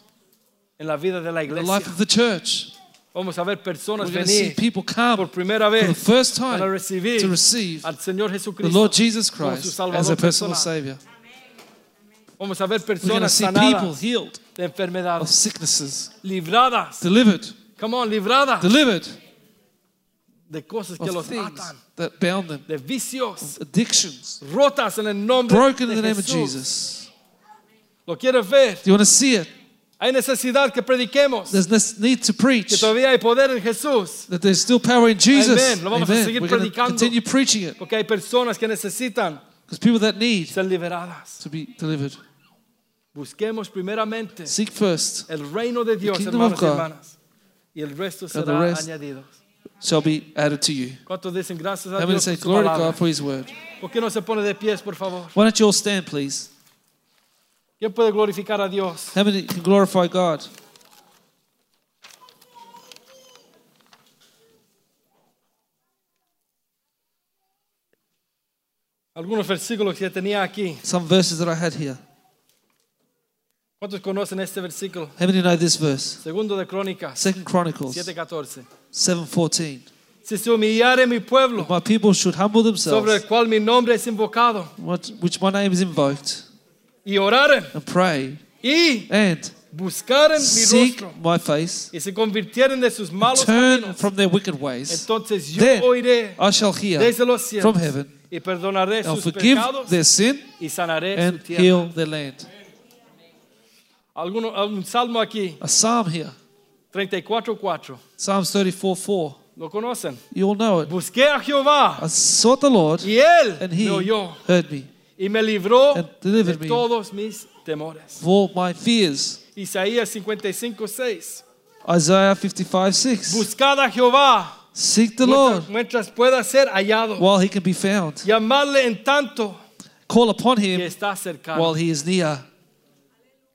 Speaker 2: en la vida de la
Speaker 3: the life
Speaker 2: iglesia.
Speaker 3: of the church.
Speaker 2: Vamos a ver
Speaker 3: We're
Speaker 2: personas
Speaker 3: going to see
Speaker 2: venir
Speaker 3: people come
Speaker 2: por primera vez
Speaker 3: for the first time
Speaker 2: para recibir
Speaker 3: to receive
Speaker 2: al Señor
Speaker 3: the
Speaker 2: Jesucristo
Speaker 3: Lord Jesus
Speaker 2: como su
Speaker 3: Christ
Speaker 2: Salvador
Speaker 3: as their personal
Speaker 2: personal.
Speaker 3: Savior.
Speaker 2: Vamos a ver
Speaker 3: We're going to
Speaker 2: personas
Speaker 3: see people
Speaker 2: sanadas
Speaker 3: healed
Speaker 2: de
Speaker 3: of
Speaker 2: enfermedades,
Speaker 3: sicknesses,
Speaker 2: libradas,
Speaker 3: delivered,
Speaker 2: come on, libradas
Speaker 3: delivered
Speaker 2: de cosas que
Speaker 3: of
Speaker 2: los
Speaker 3: things
Speaker 2: atan,
Speaker 3: that bound them,
Speaker 2: de vicios,
Speaker 3: addictions,
Speaker 2: rotas en el nombre
Speaker 3: broken in the
Speaker 2: de
Speaker 3: name of
Speaker 2: Jesús.
Speaker 3: Jesus.
Speaker 2: Lo quieres ver.
Speaker 3: Do you want to see it?
Speaker 2: Hay necesidad que prediquemos,
Speaker 3: There's this need to
Speaker 2: que
Speaker 3: preach
Speaker 2: todavía hay poder en Jesús,
Speaker 3: that there's still power in Jesus.
Speaker 2: Amén. Lo vamos a seguir
Speaker 3: We're going to
Speaker 2: predicando.
Speaker 3: continue preaching it
Speaker 2: porque hay personas que necesitan
Speaker 3: because people that need
Speaker 2: ser liberadas.
Speaker 3: to be delivered.
Speaker 2: Busquemos primeramente
Speaker 3: Seek first
Speaker 2: el reino de Dios,
Speaker 3: kingdom
Speaker 2: hermanos
Speaker 3: of
Speaker 2: y
Speaker 3: God.
Speaker 2: hermanas, y el resto
Speaker 3: the
Speaker 2: será
Speaker 3: rest.
Speaker 2: añadido.
Speaker 3: shall be added to you.
Speaker 2: ¿Cuántos dicen gracias a
Speaker 3: I'm going
Speaker 2: Dios
Speaker 3: to say
Speaker 2: por su
Speaker 3: glory to
Speaker 2: palabra?
Speaker 3: God for His word.
Speaker 2: ¿Por qué no se pone de pies, por favor?
Speaker 3: Why don't you all stand, please?
Speaker 2: ¿Quién puede glorificar a Dios?
Speaker 3: How many can glorify God?
Speaker 2: Algunos versículos que tenía aquí.
Speaker 3: Some verses that I had here.
Speaker 2: ¿Cuántos conocen este versículo?
Speaker 3: How many know this verse?
Speaker 2: Segundo de Crónicas,
Speaker 3: Second Chronicles
Speaker 2: 7:14.
Speaker 3: 7:14.
Speaker 2: Si se humillare mi pueblo,
Speaker 3: My people should humble
Speaker 2: sobre
Speaker 3: themselves,
Speaker 2: el cual mi nombre es invocado,
Speaker 3: what- which my name is invoked,
Speaker 2: y oraren
Speaker 3: and pray
Speaker 2: y
Speaker 3: and
Speaker 2: buscaren mi
Speaker 3: seek
Speaker 2: rostro,
Speaker 3: my face,
Speaker 2: y se convirtieren de sus malos
Speaker 3: turn
Speaker 2: caminos,
Speaker 3: from their wicked ways.
Speaker 2: entonces yo
Speaker 3: Then
Speaker 2: oiré
Speaker 3: I shall hear
Speaker 2: desde los cielos
Speaker 3: from heaven
Speaker 2: y perdonaré
Speaker 3: and
Speaker 2: sus
Speaker 3: forgive
Speaker 2: pecados
Speaker 3: their sin
Speaker 2: y sanaré su
Speaker 3: and
Speaker 2: tierra.
Speaker 3: heal their land.
Speaker 2: Alguno, un salmo aquí,
Speaker 3: A psalm here,
Speaker 2: 34.4.
Speaker 3: Psalms 34:4.
Speaker 2: ¿Lo conocen?
Speaker 3: You all know it.
Speaker 2: Busqué a Jehová
Speaker 3: I sought the Lord,
Speaker 2: y él
Speaker 3: and
Speaker 2: me
Speaker 3: He
Speaker 2: oyó
Speaker 3: heard me.
Speaker 2: y me libró
Speaker 3: And delivered
Speaker 2: de
Speaker 3: me.
Speaker 2: todos mis temores.
Speaker 3: of all my fears.
Speaker 2: Isaías 55.6.
Speaker 3: Isaiah 55 6.
Speaker 2: Buscad a Jehová
Speaker 3: Seek the Lord
Speaker 2: mientras, mientras pueda ser hallado.
Speaker 3: while he can be found.
Speaker 2: Llamadle en tanto
Speaker 3: Call upon
Speaker 2: que
Speaker 3: him
Speaker 2: está cercano.
Speaker 3: while he is near.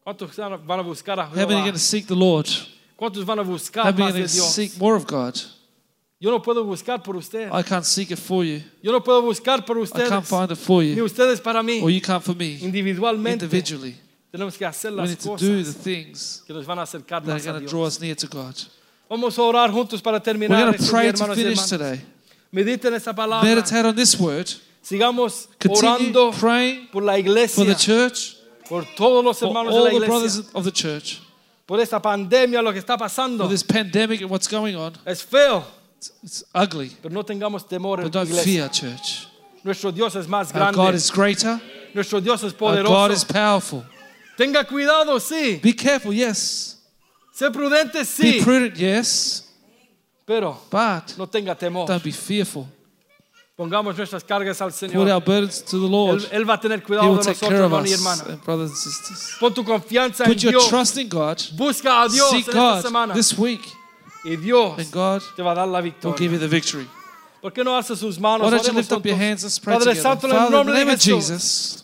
Speaker 2: ¿Cuántos van a buscar a
Speaker 3: How many are going
Speaker 2: Jehová?
Speaker 3: to seek the Lord?
Speaker 2: ¿Cuántos van a
Speaker 3: How
Speaker 2: buscar
Speaker 3: many are
Speaker 2: más
Speaker 3: going
Speaker 2: de
Speaker 3: to
Speaker 2: Dios?
Speaker 3: seek more of God?
Speaker 2: Yo no puedo buscar por usted.
Speaker 3: I can't seek it for you.
Speaker 2: Yo no puedo buscar por
Speaker 3: I
Speaker 2: ustedes.
Speaker 3: can't find it for
Speaker 2: Ni
Speaker 3: you.
Speaker 2: ustedes para mí.
Speaker 3: Or you can't for me.
Speaker 2: Individualmente
Speaker 3: Individually.
Speaker 2: tenemos que hacer
Speaker 3: We
Speaker 2: las
Speaker 3: need to do the
Speaker 2: cosas
Speaker 3: things
Speaker 2: que nos van a acercar
Speaker 3: that
Speaker 2: más
Speaker 3: are
Speaker 2: a
Speaker 3: going to draw
Speaker 2: Dios.
Speaker 3: us near to God.
Speaker 2: Vamos a orar juntos para
Speaker 3: We're
Speaker 2: terminar.
Speaker 3: going to
Speaker 2: este
Speaker 3: pray
Speaker 2: día,
Speaker 3: to
Speaker 2: hermanos y
Speaker 3: finish
Speaker 2: hermanas.
Speaker 3: today.
Speaker 2: Mediten esa palabra.
Speaker 3: Meditate on this word.
Speaker 2: Sigamos
Speaker 3: Continue
Speaker 2: orando
Speaker 3: praying
Speaker 2: por la
Speaker 3: for the
Speaker 2: iglesia,
Speaker 3: church,
Speaker 2: por todos los
Speaker 3: for
Speaker 2: hermanos de la
Speaker 3: all the brothers
Speaker 2: iglesia,
Speaker 3: of the church,
Speaker 2: por esta pandemia, lo que está pasando.
Speaker 3: for this pandemic and what's going on.
Speaker 2: Es feo,
Speaker 3: It's- It's ugly.
Speaker 2: pero no tengamos temor en
Speaker 3: But
Speaker 2: la
Speaker 3: don't
Speaker 2: iglesia.
Speaker 3: fear, church.
Speaker 2: Nuestro Dios es más
Speaker 3: Our God
Speaker 2: grande,
Speaker 3: is greater.
Speaker 2: nuestro Dios es
Speaker 3: Our God is
Speaker 2: poderoso.
Speaker 3: powerful.
Speaker 2: Tenga cuidado, sí.
Speaker 3: Be careful, yes.
Speaker 2: Sé prudente,
Speaker 3: Be
Speaker 2: sí.
Speaker 3: prudent, yes.
Speaker 2: Pero
Speaker 3: But
Speaker 2: no tenga temor.
Speaker 3: don't be fearful.
Speaker 2: Pongamos nuestras cargas al
Speaker 3: Put
Speaker 2: Señor.
Speaker 3: our burdens to the
Speaker 2: Él,
Speaker 3: Lord.
Speaker 2: Él va a tener
Speaker 3: He
Speaker 2: cuidado
Speaker 3: will
Speaker 2: de
Speaker 3: take
Speaker 2: nosotros,
Speaker 3: care of
Speaker 2: hermano y
Speaker 3: us,
Speaker 2: hermana.
Speaker 3: and brothers and sisters.
Speaker 2: Pon tu confianza en
Speaker 3: Put your
Speaker 2: Dios.
Speaker 3: trust in God.
Speaker 2: Busca a Dios en
Speaker 3: Seek
Speaker 2: esta
Speaker 3: God
Speaker 2: semana.
Speaker 3: this week,
Speaker 2: Y Dios
Speaker 3: and God
Speaker 2: te va a dar la
Speaker 3: will
Speaker 2: victoria.
Speaker 3: give you the victory.
Speaker 2: ¿Por qué no alza sus manos?
Speaker 3: Why don't you
Speaker 2: Oremos
Speaker 3: lift up your
Speaker 2: juntos.
Speaker 3: hands and pray
Speaker 2: Padre
Speaker 3: together?
Speaker 2: Santo, en el
Speaker 3: Father, in the
Speaker 2: nombre de
Speaker 3: name of
Speaker 2: Jesús.
Speaker 3: Jesus,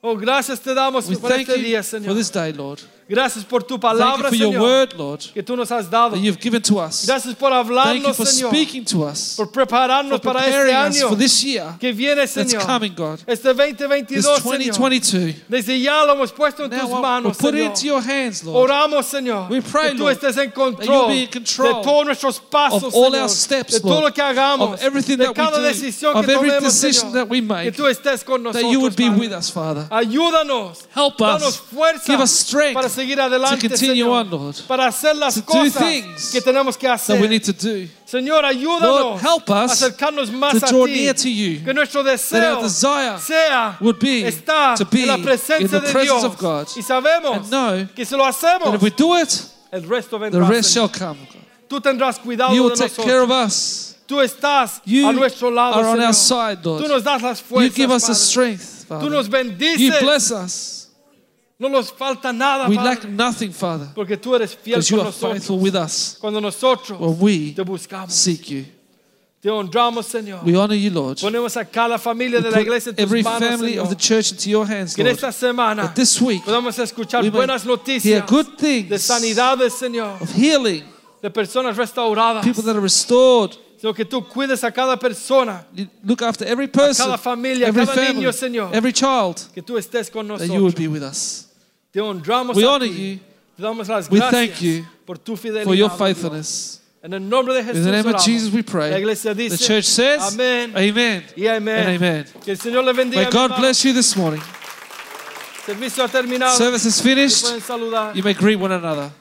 Speaker 2: Oh, gracias te damos
Speaker 3: we
Speaker 2: por
Speaker 3: thank
Speaker 2: este
Speaker 3: you
Speaker 2: día,
Speaker 3: for
Speaker 2: Señor.
Speaker 3: this day, Lord.
Speaker 2: Gracias por tu
Speaker 3: Thank you
Speaker 2: palabra,
Speaker 3: for your
Speaker 2: Señor,
Speaker 3: word, Lord,
Speaker 2: que tú nos has dado.
Speaker 3: that you've given to us.
Speaker 2: Gracias por
Speaker 3: Thank you
Speaker 2: hablarnos,
Speaker 3: for
Speaker 2: Señor,
Speaker 3: speaking to us.
Speaker 2: por prepararnos
Speaker 3: for
Speaker 2: para este
Speaker 3: preparing us
Speaker 2: año
Speaker 3: for this year
Speaker 2: que viene,
Speaker 3: that's
Speaker 2: Señor.
Speaker 3: coming, God.
Speaker 2: Este
Speaker 3: This
Speaker 2: 2022, Señor.
Speaker 3: 2022.
Speaker 2: Desde ya lo hemos puesto en
Speaker 3: Now
Speaker 2: tus
Speaker 3: I- we
Speaker 2: manos,
Speaker 3: put it
Speaker 2: Señor.
Speaker 3: into your hands, Lord,
Speaker 2: Oramos, Señor,
Speaker 3: We pray,
Speaker 2: que tú
Speaker 3: Lord,
Speaker 2: estés en
Speaker 3: you'll
Speaker 2: control
Speaker 3: be in control
Speaker 2: de todos nuestros pasos,
Speaker 3: of all
Speaker 2: Señor,
Speaker 3: our steps,
Speaker 2: de todo
Speaker 3: Lord,
Speaker 2: lo que hagamos,
Speaker 3: of everything
Speaker 2: de
Speaker 3: that we
Speaker 2: cada
Speaker 3: do,
Speaker 2: decisión
Speaker 3: of
Speaker 2: que
Speaker 3: every
Speaker 2: tomemos,
Speaker 3: decision
Speaker 2: Señor,
Speaker 3: that we make,
Speaker 2: que tú estés con
Speaker 3: that
Speaker 2: nosotros,
Speaker 3: you would be
Speaker 2: Padre.
Speaker 3: with us, Father.
Speaker 2: Ayúdanos,
Speaker 3: Help us.
Speaker 2: danos fuerza
Speaker 3: Give us strength
Speaker 2: para seguir adelante,
Speaker 3: to continue
Speaker 2: Señor,
Speaker 3: on, Lord.
Speaker 2: para hacer las
Speaker 3: To do
Speaker 2: cosas
Speaker 3: things
Speaker 2: que tenemos que
Speaker 3: That we
Speaker 2: hacer.
Speaker 3: need to do.
Speaker 2: Señor, ayúdanos
Speaker 3: Lord, help us
Speaker 2: a acercarnos más
Speaker 3: to
Speaker 2: a
Speaker 3: draw
Speaker 2: ti,
Speaker 3: near to you,
Speaker 2: que nuestro
Speaker 3: that
Speaker 2: deseo
Speaker 3: our desire
Speaker 2: sea
Speaker 3: would be
Speaker 2: estar
Speaker 3: to be
Speaker 2: en la
Speaker 3: in
Speaker 2: presencia
Speaker 3: the
Speaker 2: de
Speaker 3: presence
Speaker 2: Dios
Speaker 3: of God.
Speaker 2: y sabemos
Speaker 3: And know
Speaker 2: que si lo hacemos,
Speaker 3: that if we do it,
Speaker 2: el resto vendrá.
Speaker 3: the rest
Speaker 2: Señor.
Speaker 3: shall come.
Speaker 2: Tú tendrás cuidado
Speaker 3: You will
Speaker 2: de
Speaker 3: take
Speaker 2: nosotros.
Speaker 3: care of us.
Speaker 2: Tú estás
Speaker 3: You
Speaker 2: a nuestro lado,
Speaker 3: are on
Speaker 2: Señor.
Speaker 3: our side, Lord.
Speaker 2: Tú nos das las
Speaker 3: You
Speaker 2: fuerzas,
Speaker 3: give us the
Speaker 2: Padre.
Speaker 3: strength,
Speaker 2: Tú nos
Speaker 3: Father. You
Speaker 2: bendices.
Speaker 3: bless us.
Speaker 2: No nos falta nada,
Speaker 3: We
Speaker 2: Padre,
Speaker 3: lack nothing, Father,
Speaker 2: porque tú eres fiel
Speaker 3: because you
Speaker 2: con
Speaker 3: are
Speaker 2: nosotros.
Speaker 3: faithful with us
Speaker 2: Cuando nosotros
Speaker 3: when we
Speaker 2: te buscamos,
Speaker 3: seek you.
Speaker 2: te honramos, Señor.
Speaker 3: We honor you, Lord. We
Speaker 2: Ponemos a cada familia de la iglesia
Speaker 3: put
Speaker 2: en tus
Speaker 3: every
Speaker 2: manos,
Speaker 3: family
Speaker 2: Señor.
Speaker 3: of the church into your hands,
Speaker 2: Que en
Speaker 3: Lord.
Speaker 2: esta semana
Speaker 3: That this week
Speaker 2: podamos escuchar
Speaker 3: we may
Speaker 2: buenas
Speaker 3: hear
Speaker 2: noticias
Speaker 3: good
Speaker 2: de
Speaker 3: things
Speaker 2: sanidades, Señor,
Speaker 3: of healing,
Speaker 2: de personas restauradas.
Speaker 3: people that are restored.
Speaker 2: Señor, que tú cuides a cada persona,
Speaker 3: You Look after every person,
Speaker 2: cada familia,
Speaker 3: every
Speaker 2: cada niño,
Speaker 3: family,
Speaker 2: Señor.
Speaker 3: every child,
Speaker 2: que tú estés con
Speaker 3: that you
Speaker 2: nosotros.
Speaker 3: would be with us.
Speaker 2: Te honramos
Speaker 3: We
Speaker 2: a
Speaker 3: honor
Speaker 2: ti.
Speaker 3: you
Speaker 2: Te damos las
Speaker 3: We
Speaker 2: gracias
Speaker 3: thank you
Speaker 2: por tu
Speaker 3: for your
Speaker 2: fidelidad. Señor.
Speaker 3: faithfulness.
Speaker 2: En el nombre de Jesús.
Speaker 3: In the name of
Speaker 2: oramos.
Speaker 3: Jesus, we
Speaker 2: La
Speaker 3: pray.
Speaker 2: iglesia dice,
Speaker 3: The church says,
Speaker 2: Amén.
Speaker 3: Amen.
Speaker 2: Y amén.
Speaker 3: And amen.
Speaker 2: Que el Señor le bendiga.
Speaker 3: May
Speaker 2: mi
Speaker 3: God
Speaker 2: hermano.
Speaker 3: bless you this morning.
Speaker 2: Servicio ha terminado.
Speaker 3: Service is finished.
Speaker 2: Pueden saludar.
Speaker 3: You may greet one another.